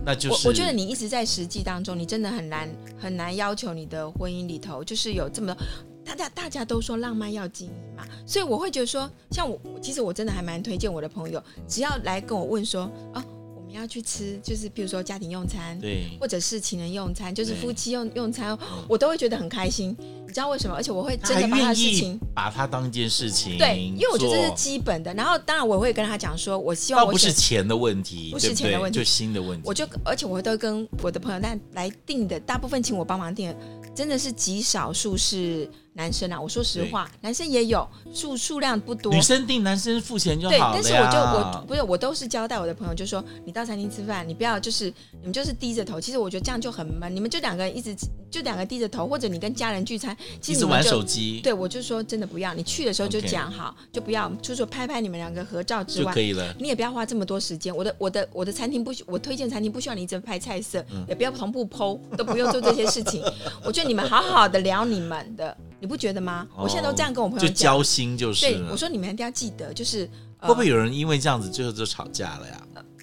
[SPEAKER 1] 那就是
[SPEAKER 2] 我我觉得你一直在实际当中，你真的很难很难要求你的婚姻里头就是有这么多。大家大家都说浪漫要经营嘛，所以我会觉得说，像我其实我真的还蛮推荐我的朋友，只要来跟我问说啊，我们要去吃，就是比如说家庭用餐，
[SPEAKER 1] 对
[SPEAKER 2] 或者是情人用餐，就是
[SPEAKER 1] 对
[SPEAKER 2] 夫妻用用餐
[SPEAKER 1] 嗯，
[SPEAKER 2] 我都会觉得很开心。你知道为什么？而且我会
[SPEAKER 1] 他
[SPEAKER 2] 真
[SPEAKER 1] 还
[SPEAKER 2] 的把他
[SPEAKER 1] 愿
[SPEAKER 2] 的事情
[SPEAKER 1] 意把它当一件事情，
[SPEAKER 2] 对，因为我觉得这是
[SPEAKER 1] 做
[SPEAKER 2] 基本的。然后当然我会跟他讲说，我希望
[SPEAKER 1] 倒
[SPEAKER 2] 我
[SPEAKER 1] 不是
[SPEAKER 2] 选，
[SPEAKER 1] 钱的问题，
[SPEAKER 2] 不是
[SPEAKER 1] 对
[SPEAKER 2] 钱的
[SPEAKER 1] 对
[SPEAKER 2] 问题
[SPEAKER 1] 就心的问题。
[SPEAKER 2] 我就而且我都跟我的朋友但来订的，大部分请我帮忙订的，真的是极少数是男生啊。我说实话，男生也有数数量不多
[SPEAKER 1] 女。生定男生付钱就
[SPEAKER 2] 对，
[SPEAKER 1] 好啊
[SPEAKER 2] 但
[SPEAKER 1] 了
[SPEAKER 2] 是我
[SPEAKER 1] 呀。
[SPEAKER 2] 就我不是我都是交代我的朋友，就说你到餐厅吃饭，你不要就是你们就是低着头。其实我觉得这样就很闷，你们就两个人一直就两个低着头，或者你跟家人聚餐，其
[SPEAKER 1] 一
[SPEAKER 2] 实
[SPEAKER 1] 直
[SPEAKER 2] 你们
[SPEAKER 1] 玩
[SPEAKER 2] 就
[SPEAKER 1] 手机
[SPEAKER 2] 对我就说真的不要，你去的时候就
[SPEAKER 1] OK
[SPEAKER 2] 讲好就不要，就说拍拍你们两个合照之
[SPEAKER 1] 就
[SPEAKER 2] 外
[SPEAKER 1] 可，以了。
[SPEAKER 2] 你也不要花这么多时间。我的我的我的餐厅不需，我推荐餐厅不需要你一直拍菜色，
[SPEAKER 1] 嗯
[SPEAKER 2] 也不要同步剖，都不用做这些事情。我觉得你们好好的聊你们的，你不觉得吗？我现在都这样跟我朋
[SPEAKER 1] 哦就
[SPEAKER 2] 友讲，
[SPEAKER 1] 交心就是
[SPEAKER 2] 对我
[SPEAKER 1] 了。
[SPEAKER 2] 说你们一定要记得，就是。呃
[SPEAKER 1] 会不会有人因为这样子最后就吵架了呀？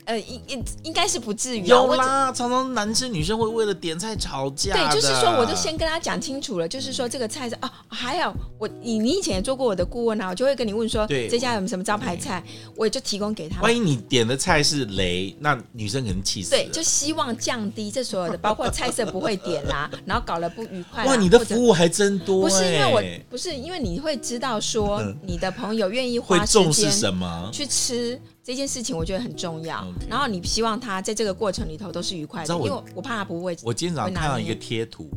[SPEAKER 2] 呃，应应应该是不至于啊、
[SPEAKER 1] 有
[SPEAKER 2] 我只
[SPEAKER 1] 啦，常常男生女生会为了点菜吵架的。
[SPEAKER 2] 对，就是说，我就先跟他讲清楚了，就是说这个菜是哦，还有我你你以前也做过我的顾问啊，我就会跟你问说
[SPEAKER 1] 对
[SPEAKER 2] 这家有什么招牌菜，我也就提供给他。
[SPEAKER 1] 万一你点的菜是雷，那女生可能气死了。
[SPEAKER 2] 对，就希望降低这所有的，包括菜色不会点 啦，然后搞得不愉快啦。啊
[SPEAKER 1] 哇，你的
[SPEAKER 2] 或者
[SPEAKER 1] 服务还真多、
[SPEAKER 2] 不
[SPEAKER 1] 欸。嗯
[SPEAKER 2] 是因为我不是因为你会知道说你的朋友愿意花
[SPEAKER 1] 会
[SPEAKER 2] 时
[SPEAKER 1] 重视
[SPEAKER 2] 间
[SPEAKER 1] 什么？
[SPEAKER 2] 去吃这件事情，我觉得很重要
[SPEAKER 1] 嗯 OK。
[SPEAKER 2] 然后你希望他在这个过程里头都是愉快
[SPEAKER 1] 你知
[SPEAKER 2] 的，
[SPEAKER 1] 道
[SPEAKER 2] 因
[SPEAKER 1] 我
[SPEAKER 2] 为我怕他不会
[SPEAKER 1] 我今天早上
[SPEAKER 2] 会拿
[SPEAKER 1] 看到
[SPEAKER 2] 捏
[SPEAKER 1] 一个贴图，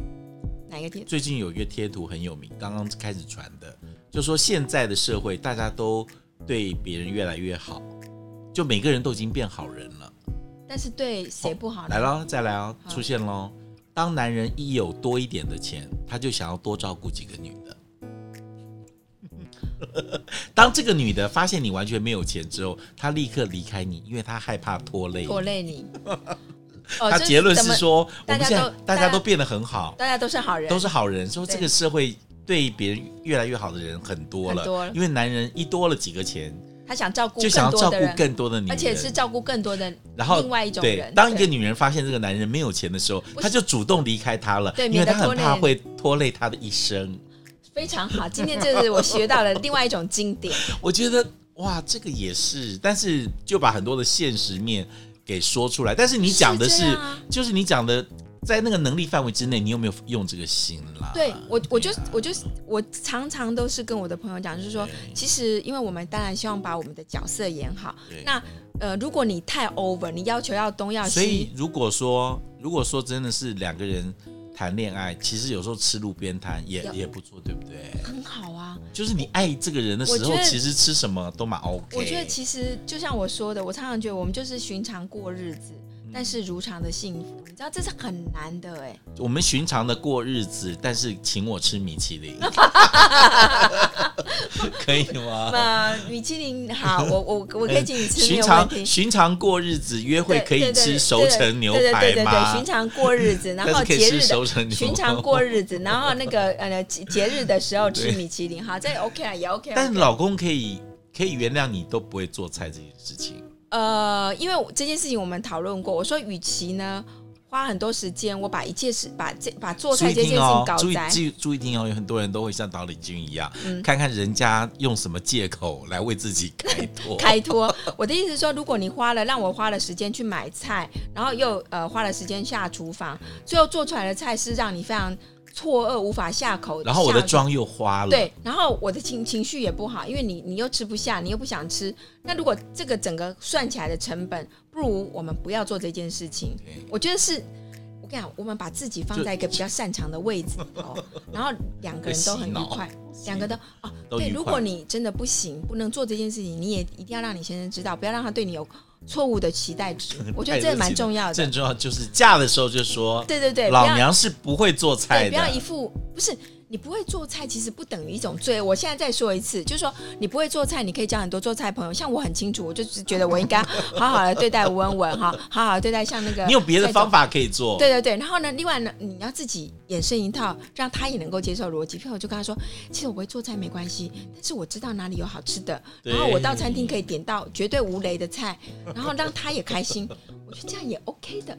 [SPEAKER 2] 哪一个点。
[SPEAKER 1] 最近有一个贴图很有名，刚刚开始传的，就说现在的社会大家都对别人越来越好，就每个人都已经变好人了。
[SPEAKER 2] 但是对谁不好呢？
[SPEAKER 1] 来喽，再来哦，
[SPEAKER 2] 好
[SPEAKER 1] 出现喽。当男人一有多一点的钱，他就想要多照顾几个女的。 当这个女的发现你完全没有钱之后，她立刻离开你，因为她害怕拖累你。
[SPEAKER 2] 拖 累你。哦
[SPEAKER 1] 他结论是，
[SPEAKER 2] 就是怎么
[SPEAKER 1] 说，我
[SPEAKER 2] 大
[SPEAKER 1] 们
[SPEAKER 2] 家
[SPEAKER 1] 现在
[SPEAKER 2] 都
[SPEAKER 1] 大
[SPEAKER 2] 大
[SPEAKER 1] 家
[SPEAKER 2] 家
[SPEAKER 1] 都变得很好，
[SPEAKER 2] 大家都是好人，
[SPEAKER 1] 都是好人，说这个
[SPEAKER 2] 对
[SPEAKER 1] 社会对别人越来越好的人很多了，
[SPEAKER 2] 很多了
[SPEAKER 1] 因为男人一多了几个钱，
[SPEAKER 2] 他想照顾
[SPEAKER 1] 就想
[SPEAKER 2] 更
[SPEAKER 1] 要照
[SPEAKER 2] 多
[SPEAKER 1] 顾
[SPEAKER 2] 的人，
[SPEAKER 1] 更多的女人，
[SPEAKER 2] 而且是照顾更多的
[SPEAKER 1] 然后
[SPEAKER 2] 另外一种
[SPEAKER 1] 对
[SPEAKER 2] 人。
[SPEAKER 1] 当一个
[SPEAKER 2] 对
[SPEAKER 1] 女人发现这个男人没有钱的时候，
[SPEAKER 2] 是
[SPEAKER 1] 她就主动离开他了，
[SPEAKER 2] 对
[SPEAKER 1] 因为
[SPEAKER 2] 免得
[SPEAKER 1] 她很
[SPEAKER 2] 拖累
[SPEAKER 1] 怕会拖累他的一生。
[SPEAKER 2] 非常好，今天这是我学到了另外一种经 典。
[SPEAKER 1] 我觉得哇，这个也是，但是就把很多的现实面给说出来。但是你讲的
[SPEAKER 2] 是
[SPEAKER 1] 是，
[SPEAKER 2] 这样啊
[SPEAKER 1] 就是你讲的在那个能力范围之内，你有没有用这个心啦？
[SPEAKER 2] 对我，我就
[SPEAKER 1] 对啊
[SPEAKER 2] 我就我常常都是跟我的朋友讲，就是说，其实因为我们当然希望把我们的角色演好。
[SPEAKER 1] 对
[SPEAKER 2] 那呃，如果你太 over，你要求要东要
[SPEAKER 1] 所以
[SPEAKER 2] 西，
[SPEAKER 1] 如果说如果说真的是两个人谈恋爱，其实有时候吃路边摊也
[SPEAKER 2] 有
[SPEAKER 1] 也不错，对不对？
[SPEAKER 2] 很好啊。
[SPEAKER 1] 就是你爱这个人的时
[SPEAKER 2] 我
[SPEAKER 1] 候
[SPEAKER 2] 觉，得
[SPEAKER 1] 其实吃什么都蛮 OK。
[SPEAKER 2] 我觉得其实就像我说的，我常常觉得我们就是寻常过日子，
[SPEAKER 1] 嗯
[SPEAKER 2] 但是如常的幸福，你知道这是很难的 哎、
[SPEAKER 1] 我们寻常的过日子，但是请我吃米其 林，可以吗？
[SPEAKER 2] 那米其林好，我我 我可以请你吃
[SPEAKER 1] 啊寻
[SPEAKER 2] 没有问
[SPEAKER 1] 常
[SPEAKER 2] 题。
[SPEAKER 1] 寻常过日子，约会
[SPEAKER 2] 对
[SPEAKER 1] 可以
[SPEAKER 2] 对对
[SPEAKER 1] 吃
[SPEAKER 2] 对
[SPEAKER 1] 熟成牛
[SPEAKER 2] 对对对
[SPEAKER 1] 排
[SPEAKER 2] 对对对，
[SPEAKER 1] 吗
[SPEAKER 2] 寻？常过日 子，然
[SPEAKER 1] 但
[SPEAKER 2] 后
[SPEAKER 1] 是可以
[SPEAKER 2] 节
[SPEAKER 1] 吃
[SPEAKER 2] 日的
[SPEAKER 1] 熟成牛排。
[SPEAKER 2] 寻常过日子，然后 那个呃节节日的时候吃米其林，好，这 OK 啊，也 OK 啊。
[SPEAKER 1] 但老公可以可以原谅你都不会做菜这件事情，
[SPEAKER 2] 呃，因为我这件事情我们讨论过，我说与其呢花很多时间，我把一切事把这把做
[SPEAKER 1] 注
[SPEAKER 2] 菜
[SPEAKER 1] 意
[SPEAKER 2] 这件事
[SPEAKER 1] 听
[SPEAKER 2] 情
[SPEAKER 1] 哦
[SPEAKER 2] 搞，
[SPEAKER 1] 注意
[SPEAKER 2] 砸，
[SPEAKER 1] 注意注意听哦，有很多人都会像导李君一样，
[SPEAKER 2] 嗯
[SPEAKER 1] 看看人家用什么借口来为自己开 脱。
[SPEAKER 2] 开 脱。我的意思是说，如果你花了让我花了时间去买菜，然后又呃花了时间下厨房，最后做出来的菜是让你非常错愕、无法下口。
[SPEAKER 1] 然后我的
[SPEAKER 2] 下
[SPEAKER 1] 妆又花了，，
[SPEAKER 2] 对，然后我的情情绪也不好，因为你你又吃不下，你又不想吃。那如果这个整个算起来的成本，不如我们不要做这件事情
[SPEAKER 1] 对。
[SPEAKER 2] 我觉得是，我跟你讲，我们把自己放
[SPEAKER 1] 就
[SPEAKER 2] 在一个比较擅长的 位置哦，然后两个人都很愉
[SPEAKER 1] 被洗脑
[SPEAKER 2] 快，两个都哦，
[SPEAKER 1] 都
[SPEAKER 2] 对。
[SPEAKER 1] 愉
[SPEAKER 2] 如
[SPEAKER 1] 快
[SPEAKER 2] 果你真的不行，不能做这件事情，你也一定要让你先生知道，不要让他对你有错误的期 待值。我
[SPEAKER 1] 哎
[SPEAKER 2] 觉得这也蛮重要
[SPEAKER 1] 最
[SPEAKER 2] 的。
[SPEAKER 1] 重要就是嫁的时候就说，
[SPEAKER 2] 对对对，不
[SPEAKER 1] 老
[SPEAKER 2] 要
[SPEAKER 1] 娘是不会做菜
[SPEAKER 2] 对，
[SPEAKER 1] 的，
[SPEAKER 2] 不要一副不是你不会做菜，其实不等于一种罪恶。我现在再说一次，就是说你不会做菜，你可以交很多做菜朋友。像我很清楚，我就只觉得我应该好好的对待吴文文 哈，好好地对待像那个
[SPEAKER 1] 你有别的
[SPEAKER 2] 蔡总
[SPEAKER 1] 方。法哦可以做。
[SPEAKER 2] 对对对，然后呢，另外呢，你要自己衍生一套，让他也能够接受逻辑。譬如我就跟他说，其实我不会做菜没关系，但是我知道哪里有好吃的，
[SPEAKER 1] 对
[SPEAKER 2] 然后我到餐厅可以点到绝对无雷的菜，然后让他也开心，我觉得这样也 OK 的。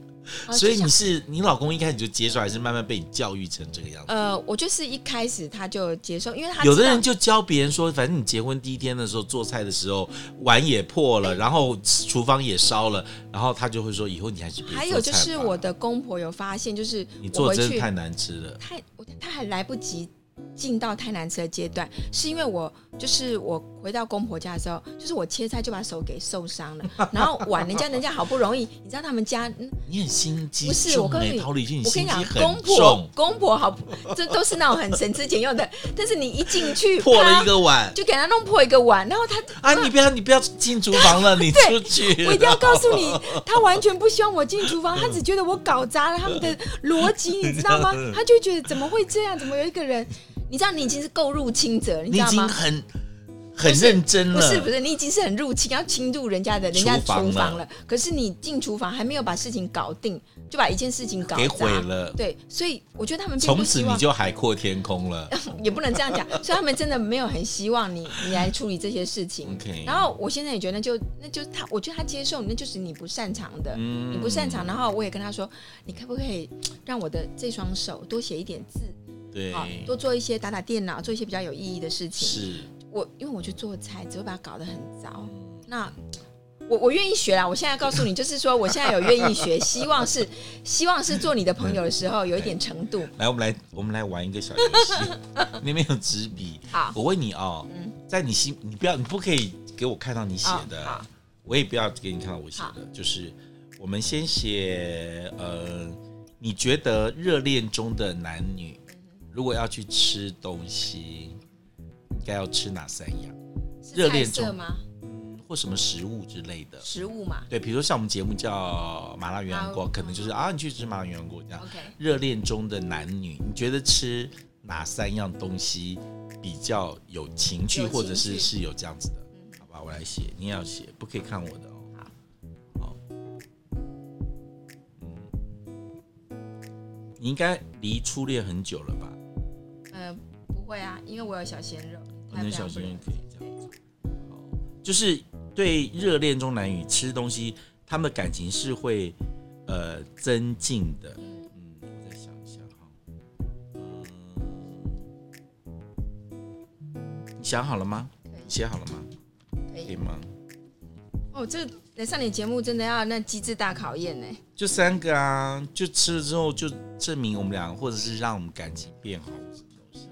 [SPEAKER 2] 啊
[SPEAKER 1] 所以
[SPEAKER 2] 就想
[SPEAKER 1] 你是你老公一开始就接受，还是慢慢被你教育成这个样子？
[SPEAKER 2] 呃，我就是一开始他就接受，因为他
[SPEAKER 1] 有的
[SPEAKER 2] 知道
[SPEAKER 1] 人就教别人说，反正你结婚第一天的时候做菜的时候，碗也破了，然后厨房也烧了，然后他就会说，以后你还是别做菜吧
[SPEAKER 2] 还有就是我的公婆有发现，就是
[SPEAKER 1] 你
[SPEAKER 2] 我
[SPEAKER 1] 做
[SPEAKER 2] 回
[SPEAKER 1] 真
[SPEAKER 2] 去
[SPEAKER 1] 的太难吃了，
[SPEAKER 2] 太我他还来不及进到太难吃的阶段，是因为我就是我回到公婆家的时候，就是我切菜就把手给受 伤了，然后碗人家人家好不容易，你知道他们家嗯
[SPEAKER 1] 你很心机
[SPEAKER 2] 不是我
[SPEAKER 1] 重
[SPEAKER 2] 告诉
[SPEAKER 1] 欸，
[SPEAKER 2] 你
[SPEAKER 1] 桃李君，你
[SPEAKER 2] 我跟
[SPEAKER 1] 心
[SPEAKER 2] 你
[SPEAKER 1] 机
[SPEAKER 2] 讲，
[SPEAKER 1] 很
[SPEAKER 2] 公婆
[SPEAKER 1] 重，
[SPEAKER 2] 公婆好不，这都是那种很省吃俭用的，但是你一进去
[SPEAKER 1] 破了
[SPEAKER 2] 啪
[SPEAKER 1] 一个碗
[SPEAKER 2] 就给他弄破一个碗，然后他
[SPEAKER 1] 啊！你不要你不要进厨房了，你出
[SPEAKER 2] 对
[SPEAKER 1] 去。
[SPEAKER 2] 我一定要告诉你，他完全不希望我进厨房，他只觉得我搞砸了他们的逻辑，你知道 吗？
[SPEAKER 1] 嗯
[SPEAKER 2] 他就觉得怎么会这样？怎么有一个人？你知道你已经是够入侵者，
[SPEAKER 1] 你
[SPEAKER 2] 你知
[SPEAKER 1] 已
[SPEAKER 2] 道
[SPEAKER 1] 经
[SPEAKER 2] 吗？
[SPEAKER 1] 很很认真了，
[SPEAKER 2] 不是不是，你已经是很入侵，要侵入人家的人家
[SPEAKER 1] 厨房
[SPEAKER 2] 厨房
[SPEAKER 1] 了
[SPEAKER 2] 了。可是你进厨房还没有把事情搞定，就把一件事情搞
[SPEAKER 1] 给
[SPEAKER 2] 砸
[SPEAKER 1] 毁了。
[SPEAKER 2] 对，所以我觉得他们并
[SPEAKER 1] 从
[SPEAKER 2] 不
[SPEAKER 1] 此
[SPEAKER 2] 希
[SPEAKER 1] 你
[SPEAKER 2] 望，
[SPEAKER 1] 就海阔天空了。
[SPEAKER 2] 也不能这样讲，所以他们真的没有很希望你你来处理这些事情。
[SPEAKER 1] OK，
[SPEAKER 2] 然后我现在也觉得那就那就他，我觉得他接受，那就是你不擅长的，
[SPEAKER 1] 嗯
[SPEAKER 2] 你不擅长。然后我也跟他说，你可不可以让我的这双手多写一点字
[SPEAKER 1] 对，
[SPEAKER 2] 啊，多做一些打打电脑，做一些比较有意义的事情。
[SPEAKER 1] 是
[SPEAKER 2] 我因为我去做菜，只会把它搞得很糟。
[SPEAKER 1] 嗯
[SPEAKER 2] 那我我愿意学啦，我现在告诉你，就是说我现在有愿意学，希望是希望是做你的朋友的时候有一点程度。
[SPEAKER 1] 来，我们来，我们来玩一个小游戏。你没有纸笔，
[SPEAKER 2] 好
[SPEAKER 1] 我问你哦，
[SPEAKER 2] 嗯
[SPEAKER 1] 在你心，你不要，你不可以给我看到你写的，
[SPEAKER 2] 哦好
[SPEAKER 1] 我也不要给你看到我写
[SPEAKER 2] 好
[SPEAKER 1] 的。就是我们先写，呃，你觉得热恋中的男女，如果要去吃东西，应该要吃哪三样， 热
[SPEAKER 2] 是菜
[SPEAKER 1] 恋
[SPEAKER 2] 色
[SPEAKER 1] 中
[SPEAKER 2] 吗？
[SPEAKER 1] 或什么食物之类的？
[SPEAKER 2] 食物嘛
[SPEAKER 1] 对，比如说像我们节目叫麻辣鸳鸯锅，
[SPEAKER 2] 麻
[SPEAKER 1] 可能就是啊，你去吃麻辣鸳鸯锅这样。
[SPEAKER 2] ？OK，
[SPEAKER 1] 热恋中的男女，你觉得吃哪三样东西比较有情趣，
[SPEAKER 2] 有情趣
[SPEAKER 1] 或者是是有这样子的？
[SPEAKER 2] 嗯
[SPEAKER 1] 好吧，我来写，你也要写，不可以看我的哦。好，嗯，你应该离初恋很久了吧？
[SPEAKER 2] 呃，不会啊，因为我有小鲜肉，他
[SPEAKER 1] 那
[SPEAKER 2] 非
[SPEAKER 1] 哦小
[SPEAKER 2] 常不
[SPEAKER 1] 鲜肉
[SPEAKER 2] 了
[SPEAKER 1] 可以
[SPEAKER 2] 解
[SPEAKER 1] 这样好，就是对热恋中男女吃东西，他们的感情是会呃增进的。
[SPEAKER 2] 嗯
[SPEAKER 1] 嗯，我再想一下哈。嗯，你想好了吗？
[SPEAKER 2] 可以
[SPEAKER 1] 你写好了吗？
[SPEAKER 2] 可以
[SPEAKER 1] 可以吗？
[SPEAKER 2] 哦，这来上你节目真的要那机智大考验呢。
[SPEAKER 1] 就三个啊，就吃了之后就证明我们俩，或者是让我们感情变好什么东西。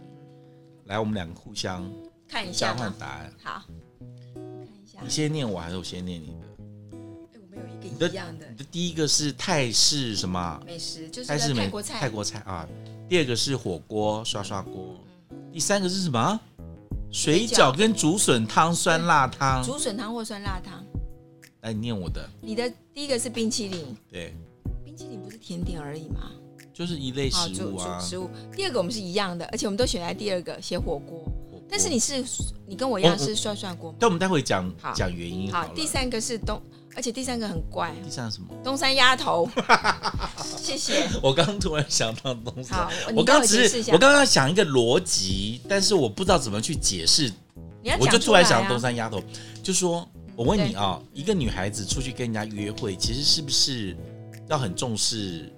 [SPEAKER 1] 来，我们两个互相
[SPEAKER 2] 看一
[SPEAKER 1] 交
[SPEAKER 2] 下
[SPEAKER 1] 换
[SPEAKER 2] 嘛。
[SPEAKER 1] 答案。
[SPEAKER 2] 好，看一下
[SPEAKER 1] 你。先念我，还是我先念你的？
[SPEAKER 2] 哎，我们有
[SPEAKER 1] 你
[SPEAKER 2] 一个
[SPEAKER 1] 的
[SPEAKER 2] 一样的
[SPEAKER 1] 你的第一个是泰式什么啊？
[SPEAKER 2] 美食，就是
[SPEAKER 1] 泰式
[SPEAKER 2] 泰
[SPEAKER 1] 美
[SPEAKER 2] 国菜。
[SPEAKER 1] 泰国菜啊。第二个是火锅刷刷锅。
[SPEAKER 2] 嗯
[SPEAKER 1] 第三个是什么？水饺跟竹笋汤酸辣汤。
[SPEAKER 2] 竹笋汤或酸辣汤。
[SPEAKER 1] 来，你念我的。
[SPEAKER 2] 你的第一个是冰淇淋，
[SPEAKER 1] 对，
[SPEAKER 2] 冰淇淋不是甜点而已吗？
[SPEAKER 1] 就是一类
[SPEAKER 2] 好，
[SPEAKER 1] 食
[SPEAKER 2] 主
[SPEAKER 1] 物
[SPEAKER 2] 主
[SPEAKER 1] 啊。
[SPEAKER 2] 食物。第二个我们是一样的，而且我们都选在第二个写火锅。
[SPEAKER 1] 火锅
[SPEAKER 2] 但是你是你跟我一样
[SPEAKER 1] 我
[SPEAKER 2] 是涮涮锅吗？
[SPEAKER 1] 但我们待会讲
[SPEAKER 2] 好
[SPEAKER 1] 讲原因哦好
[SPEAKER 2] 好
[SPEAKER 1] 了，。
[SPEAKER 2] 第三个是东，而且第三个很怪，
[SPEAKER 1] 第三个是什么？
[SPEAKER 2] 东山 鸭头。谢谢。
[SPEAKER 1] 我刚突然想到东西，
[SPEAKER 2] 好，你
[SPEAKER 1] 我刚
[SPEAKER 2] 待会
[SPEAKER 1] 只
[SPEAKER 2] 解释一
[SPEAKER 1] 是
[SPEAKER 2] 下
[SPEAKER 1] 我刚刚想一个逻辑，但是我不知道怎么去解释，
[SPEAKER 2] 你要
[SPEAKER 1] 我就
[SPEAKER 2] 讲
[SPEAKER 1] 突
[SPEAKER 2] 出来
[SPEAKER 1] 然
[SPEAKER 2] 啊
[SPEAKER 1] 想东山丫头，就说我问你
[SPEAKER 2] 对
[SPEAKER 1] 啊、一个女孩子出去跟人家约会，其实是不是要很重视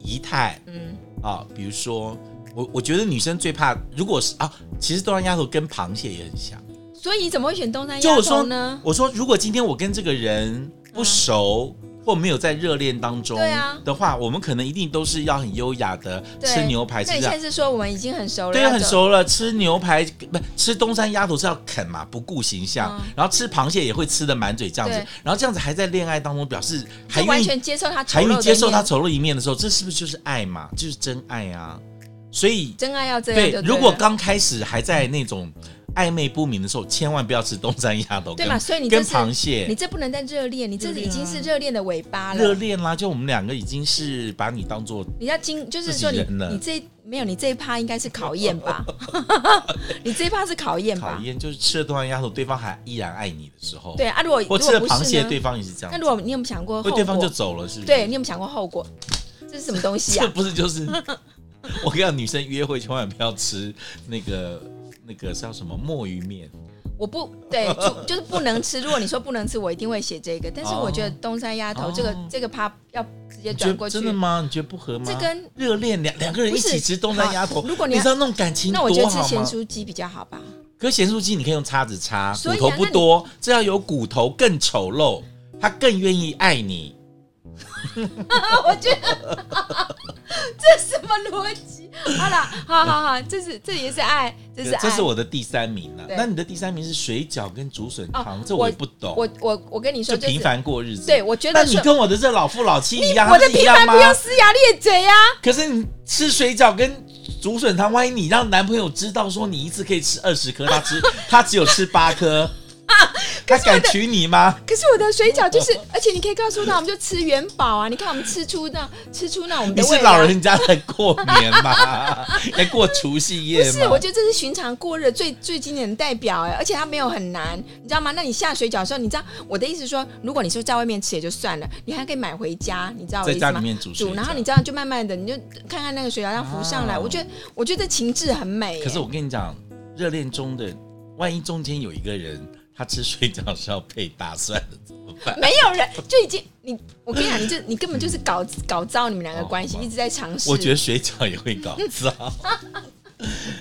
[SPEAKER 1] 仪态
[SPEAKER 2] 嗯，
[SPEAKER 1] 啊？比如说，我我觉得女生最怕，如果是啊，其实东山丫头跟螃蟹也很像。
[SPEAKER 2] 所以怎么会选东山
[SPEAKER 1] 就
[SPEAKER 2] 鸭
[SPEAKER 1] 我说
[SPEAKER 2] 头呢？嗯
[SPEAKER 1] 我说，如果今天我跟这个人不熟。或没有在热恋当中
[SPEAKER 2] 对啊
[SPEAKER 1] 的话，我们可能一定都是要很优雅的
[SPEAKER 2] 对
[SPEAKER 1] 吃牛排，是
[SPEAKER 2] 那
[SPEAKER 1] 不
[SPEAKER 2] 你
[SPEAKER 1] 是
[SPEAKER 2] 现？在是说我们已经很熟了？
[SPEAKER 1] 啊对，
[SPEAKER 2] 要
[SPEAKER 1] 很
[SPEAKER 2] 走。
[SPEAKER 1] 熟了。吃牛排不吃东山鸭头是要啃嘛，不顾形象。
[SPEAKER 2] 嗯
[SPEAKER 1] 然后吃螃蟹也会吃的满嘴这样子
[SPEAKER 2] 对，
[SPEAKER 1] 然后这样子还在恋爱当中，表示还
[SPEAKER 2] 就完
[SPEAKER 1] 愿意
[SPEAKER 2] 全接受他丑
[SPEAKER 1] 还
[SPEAKER 2] 陋的一
[SPEAKER 1] 愿意接
[SPEAKER 2] 面，
[SPEAKER 1] 受他丑陋一面的时候，这是不是就是爱嘛？就是真爱啊！所以
[SPEAKER 2] 真爱要这样
[SPEAKER 1] 对
[SPEAKER 2] 就对，了。
[SPEAKER 1] 如果刚开始还在那种暧昧不明的时候，千万不要吃东山鸭头
[SPEAKER 2] 对
[SPEAKER 1] 跟
[SPEAKER 2] 嘛，所以你这
[SPEAKER 1] 跟
[SPEAKER 2] 是
[SPEAKER 1] 螃
[SPEAKER 2] 你
[SPEAKER 1] 蟹。
[SPEAKER 2] 这不能再热恋，你这
[SPEAKER 1] 热
[SPEAKER 2] 已
[SPEAKER 1] 恋啊
[SPEAKER 2] 经是热恋的尾巴
[SPEAKER 1] 热
[SPEAKER 2] 了。
[SPEAKER 1] 恋啦，就我们两个已经是把你当做
[SPEAKER 2] 你要经就是
[SPEAKER 1] 自己
[SPEAKER 2] 说你
[SPEAKER 1] 人了
[SPEAKER 2] 你这没有你这一趴应该是考验 吧？你这一趴是考验
[SPEAKER 1] 考
[SPEAKER 2] 吧？
[SPEAKER 1] 验，就是吃了东山鸭头，对方还依然爱你的时候，
[SPEAKER 2] 对啊，如果如
[SPEAKER 1] 我
[SPEAKER 2] 果
[SPEAKER 1] 吃了
[SPEAKER 2] 不
[SPEAKER 1] 螃蟹，
[SPEAKER 2] 是呢？
[SPEAKER 1] 对方也是这样
[SPEAKER 2] 那。如果你有没有想过后
[SPEAKER 1] 会
[SPEAKER 2] 果？
[SPEAKER 1] 对方就走了，是不是？
[SPEAKER 2] 对你有没有想过后果？这是什么东西
[SPEAKER 1] 这
[SPEAKER 2] 啊？
[SPEAKER 1] 不是就是 我跟你讲，女生约会千万不要吃那个那个叫什么墨鱼面，
[SPEAKER 2] 我不对，就 就是不能吃。如果你说不能吃，我一定会写这个。但是
[SPEAKER 1] 哦
[SPEAKER 2] 我觉得东山鸭头这个
[SPEAKER 1] 哦
[SPEAKER 2] 这个趴要直接
[SPEAKER 1] 你觉
[SPEAKER 2] 转过
[SPEAKER 1] 得
[SPEAKER 2] 去
[SPEAKER 1] 真。的吗？你觉得不合吗？
[SPEAKER 2] 这跟
[SPEAKER 1] 热恋两两个人一
[SPEAKER 2] 不
[SPEAKER 1] 起
[SPEAKER 2] 是
[SPEAKER 1] 吃东山鸭头，
[SPEAKER 2] 好如果你
[SPEAKER 1] 你
[SPEAKER 2] 要
[SPEAKER 1] 知道那种感情
[SPEAKER 2] 那我觉得
[SPEAKER 1] 多
[SPEAKER 2] 吃
[SPEAKER 1] 好
[SPEAKER 2] 咸
[SPEAKER 1] 吗？
[SPEAKER 2] 酥鸡比较好吧。
[SPEAKER 1] 可是咸酥鸡你可以用叉子叉，
[SPEAKER 2] 所
[SPEAKER 1] 骨
[SPEAKER 2] 以啊
[SPEAKER 1] 头不多，这要有骨头更丑陋，他更愿意爱你。
[SPEAKER 2] 我觉得 这什么逻辑？好了，好好好，这是这也是爱，这是爱。
[SPEAKER 1] 这是我的第三名了。
[SPEAKER 2] 对
[SPEAKER 1] 那你的第三名是水饺跟竹笋汤，
[SPEAKER 2] 哦
[SPEAKER 1] 这我也
[SPEAKER 2] 我
[SPEAKER 1] 不懂，
[SPEAKER 2] 我我我跟你说，
[SPEAKER 1] 就
[SPEAKER 2] 就是
[SPEAKER 1] 平凡过日子。
[SPEAKER 2] 对，我觉
[SPEAKER 1] 那
[SPEAKER 2] 得
[SPEAKER 1] 你
[SPEAKER 2] 说
[SPEAKER 1] 跟我的这老夫老妻一样，
[SPEAKER 2] 我
[SPEAKER 1] 他
[SPEAKER 2] 的
[SPEAKER 1] 是一
[SPEAKER 2] 平
[SPEAKER 1] 样
[SPEAKER 2] 凡
[SPEAKER 1] 吗
[SPEAKER 2] 不？要龇牙咧嘴啊呀、
[SPEAKER 1] 可是你吃水饺跟竹笋汤，万一你让男朋友知道说你一次可以吃二十颗，他吃 他只有吃八 颗，他敢娶你吗？
[SPEAKER 2] 可是我的水饺就是， 而且你可以告诉他，我们就吃元宝啊。你看我们吃出那吃出那我们
[SPEAKER 1] 你
[SPEAKER 2] 的
[SPEAKER 1] 是
[SPEAKER 2] 味
[SPEAKER 1] 老
[SPEAKER 2] 道。啊
[SPEAKER 1] 人家在过年 吗？在过除夕
[SPEAKER 2] 不
[SPEAKER 1] 夜
[SPEAKER 2] 是，
[SPEAKER 1] 吗
[SPEAKER 2] 我？觉得这是寻常过日的最最经典的代表哎，而且它没有很难，你知道吗？那你下水饺的时候，你知道我的意思是说，如果你是在外面吃也就算了，你还可以买回家，你知道我
[SPEAKER 1] 在
[SPEAKER 2] 的意
[SPEAKER 1] 家
[SPEAKER 2] 思
[SPEAKER 1] 里
[SPEAKER 2] 吗？
[SPEAKER 1] 面煮水
[SPEAKER 2] 煮，然后你
[SPEAKER 1] 饺。
[SPEAKER 2] 这样就慢慢的，你就看看那个水饺这样浮上来。
[SPEAKER 1] 哦
[SPEAKER 2] 我觉得，我觉得情致很美耶。哎
[SPEAKER 1] 可是我跟你讲，热恋中的万一中间有一个人他吃水饺是要配大蒜的，怎么办？
[SPEAKER 2] 没有人就已经你，我跟你讲，你就你根本就是搞搞糟你们两个
[SPEAKER 1] 哦
[SPEAKER 2] 关系，
[SPEAKER 1] 好吧
[SPEAKER 2] 一直在尝试。
[SPEAKER 1] 我觉得水饺也会搞砸。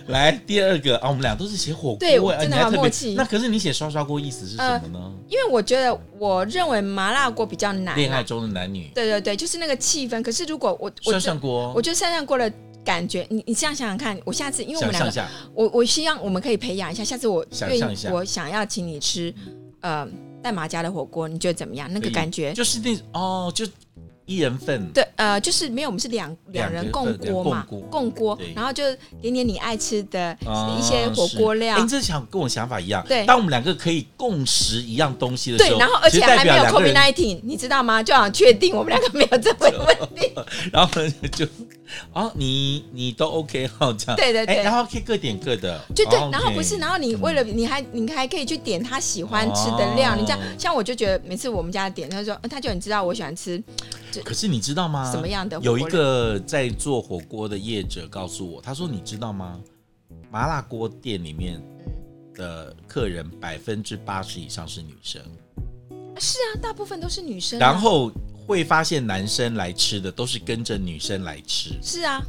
[SPEAKER 1] 来，第二个啊，我们俩都是写火锅、
[SPEAKER 2] 对我
[SPEAKER 1] 哎
[SPEAKER 2] 真的
[SPEAKER 1] 你还
[SPEAKER 2] 好
[SPEAKER 1] 特别
[SPEAKER 2] 默契
[SPEAKER 1] 那可是你写刷刷锅，意思是什么呢？
[SPEAKER 2] 因为我觉得，我认为麻辣锅比较难啊。
[SPEAKER 1] 恋、爱中的男女
[SPEAKER 2] 对对对，就是那个气氛。可是如果我我
[SPEAKER 1] 涮涮锅，
[SPEAKER 2] 我觉得涮涮锅的感觉，你你这样想想看，我下次因为我
[SPEAKER 1] 想
[SPEAKER 2] 们两
[SPEAKER 1] 象一
[SPEAKER 2] 个，
[SPEAKER 1] 下，
[SPEAKER 2] 我我希望我们可以培养一下，下次我
[SPEAKER 1] 想
[SPEAKER 2] 愿
[SPEAKER 1] 象一
[SPEAKER 2] 意
[SPEAKER 1] 下
[SPEAKER 2] 我想要请你吃，呃，代马家的火锅，你觉得怎么样？那
[SPEAKER 1] 可
[SPEAKER 2] 个
[SPEAKER 1] 以
[SPEAKER 2] 感觉。
[SPEAKER 1] 就是那哦，就一人份，
[SPEAKER 2] 对，呃，就是没有，我们是两
[SPEAKER 1] 两
[SPEAKER 2] 两
[SPEAKER 1] 人份
[SPEAKER 2] 人共锅嘛
[SPEAKER 1] 两共锅，
[SPEAKER 2] 共锅
[SPEAKER 1] 对，
[SPEAKER 2] 然后就点点你爱吃的
[SPEAKER 1] 啊
[SPEAKER 2] 一些火锅料
[SPEAKER 1] 是哎，你，这想跟我想法一样。
[SPEAKER 2] 对
[SPEAKER 1] 当我们两个可以共食一样东西的时
[SPEAKER 2] 对
[SPEAKER 1] 候，，
[SPEAKER 2] 然后而
[SPEAKER 1] 其
[SPEAKER 2] 且
[SPEAKER 1] 实代
[SPEAKER 2] 还没
[SPEAKER 1] 表
[SPEAKER 2] 有
[SPEAKER 1] 两个人
[SPEAKER 2] COVID，nineteen，你知道吗？就想确定我们两个没有这回问题。
[SPEAKER 1] 然后就哦，你你都 OK 哈，这样
[SPEAKER 2] 对对对
[SPEAKER 1] 哎然后可以各点各的，
[SPEAKER 2] 就对
[SPEAKER 1] 哦，
[SPEAKER 2] 然后
[SPEAKER 1] OK
[SPEAKER 2] 不是，然后你为了你还你还可以去点他喜欢吃的料，你这样
[SPEAKER 1] 哦
[SPEAKER 2] 像我就觉得每次我们家点，他就说呃他就很知道我喜欢吃
[SPEAKER 1] 可是你知道吗？
[SPEAKER 2] 什么样的火
[SPEAKER 1] 有
[SPEAKER 2] 锅
[SPEAKER 1] 一个在做火锅的业者告诉我，他说：“你知道吗？麻辣锅店里面的客人百分之八十以上是女生，
[SPEAKER 2] 是啊，大部分都是女生啊，
[SPEAKER 1] 然后会发现男生来吃的都是跟着女生来吃。
[SPEAKER 2] 是啊，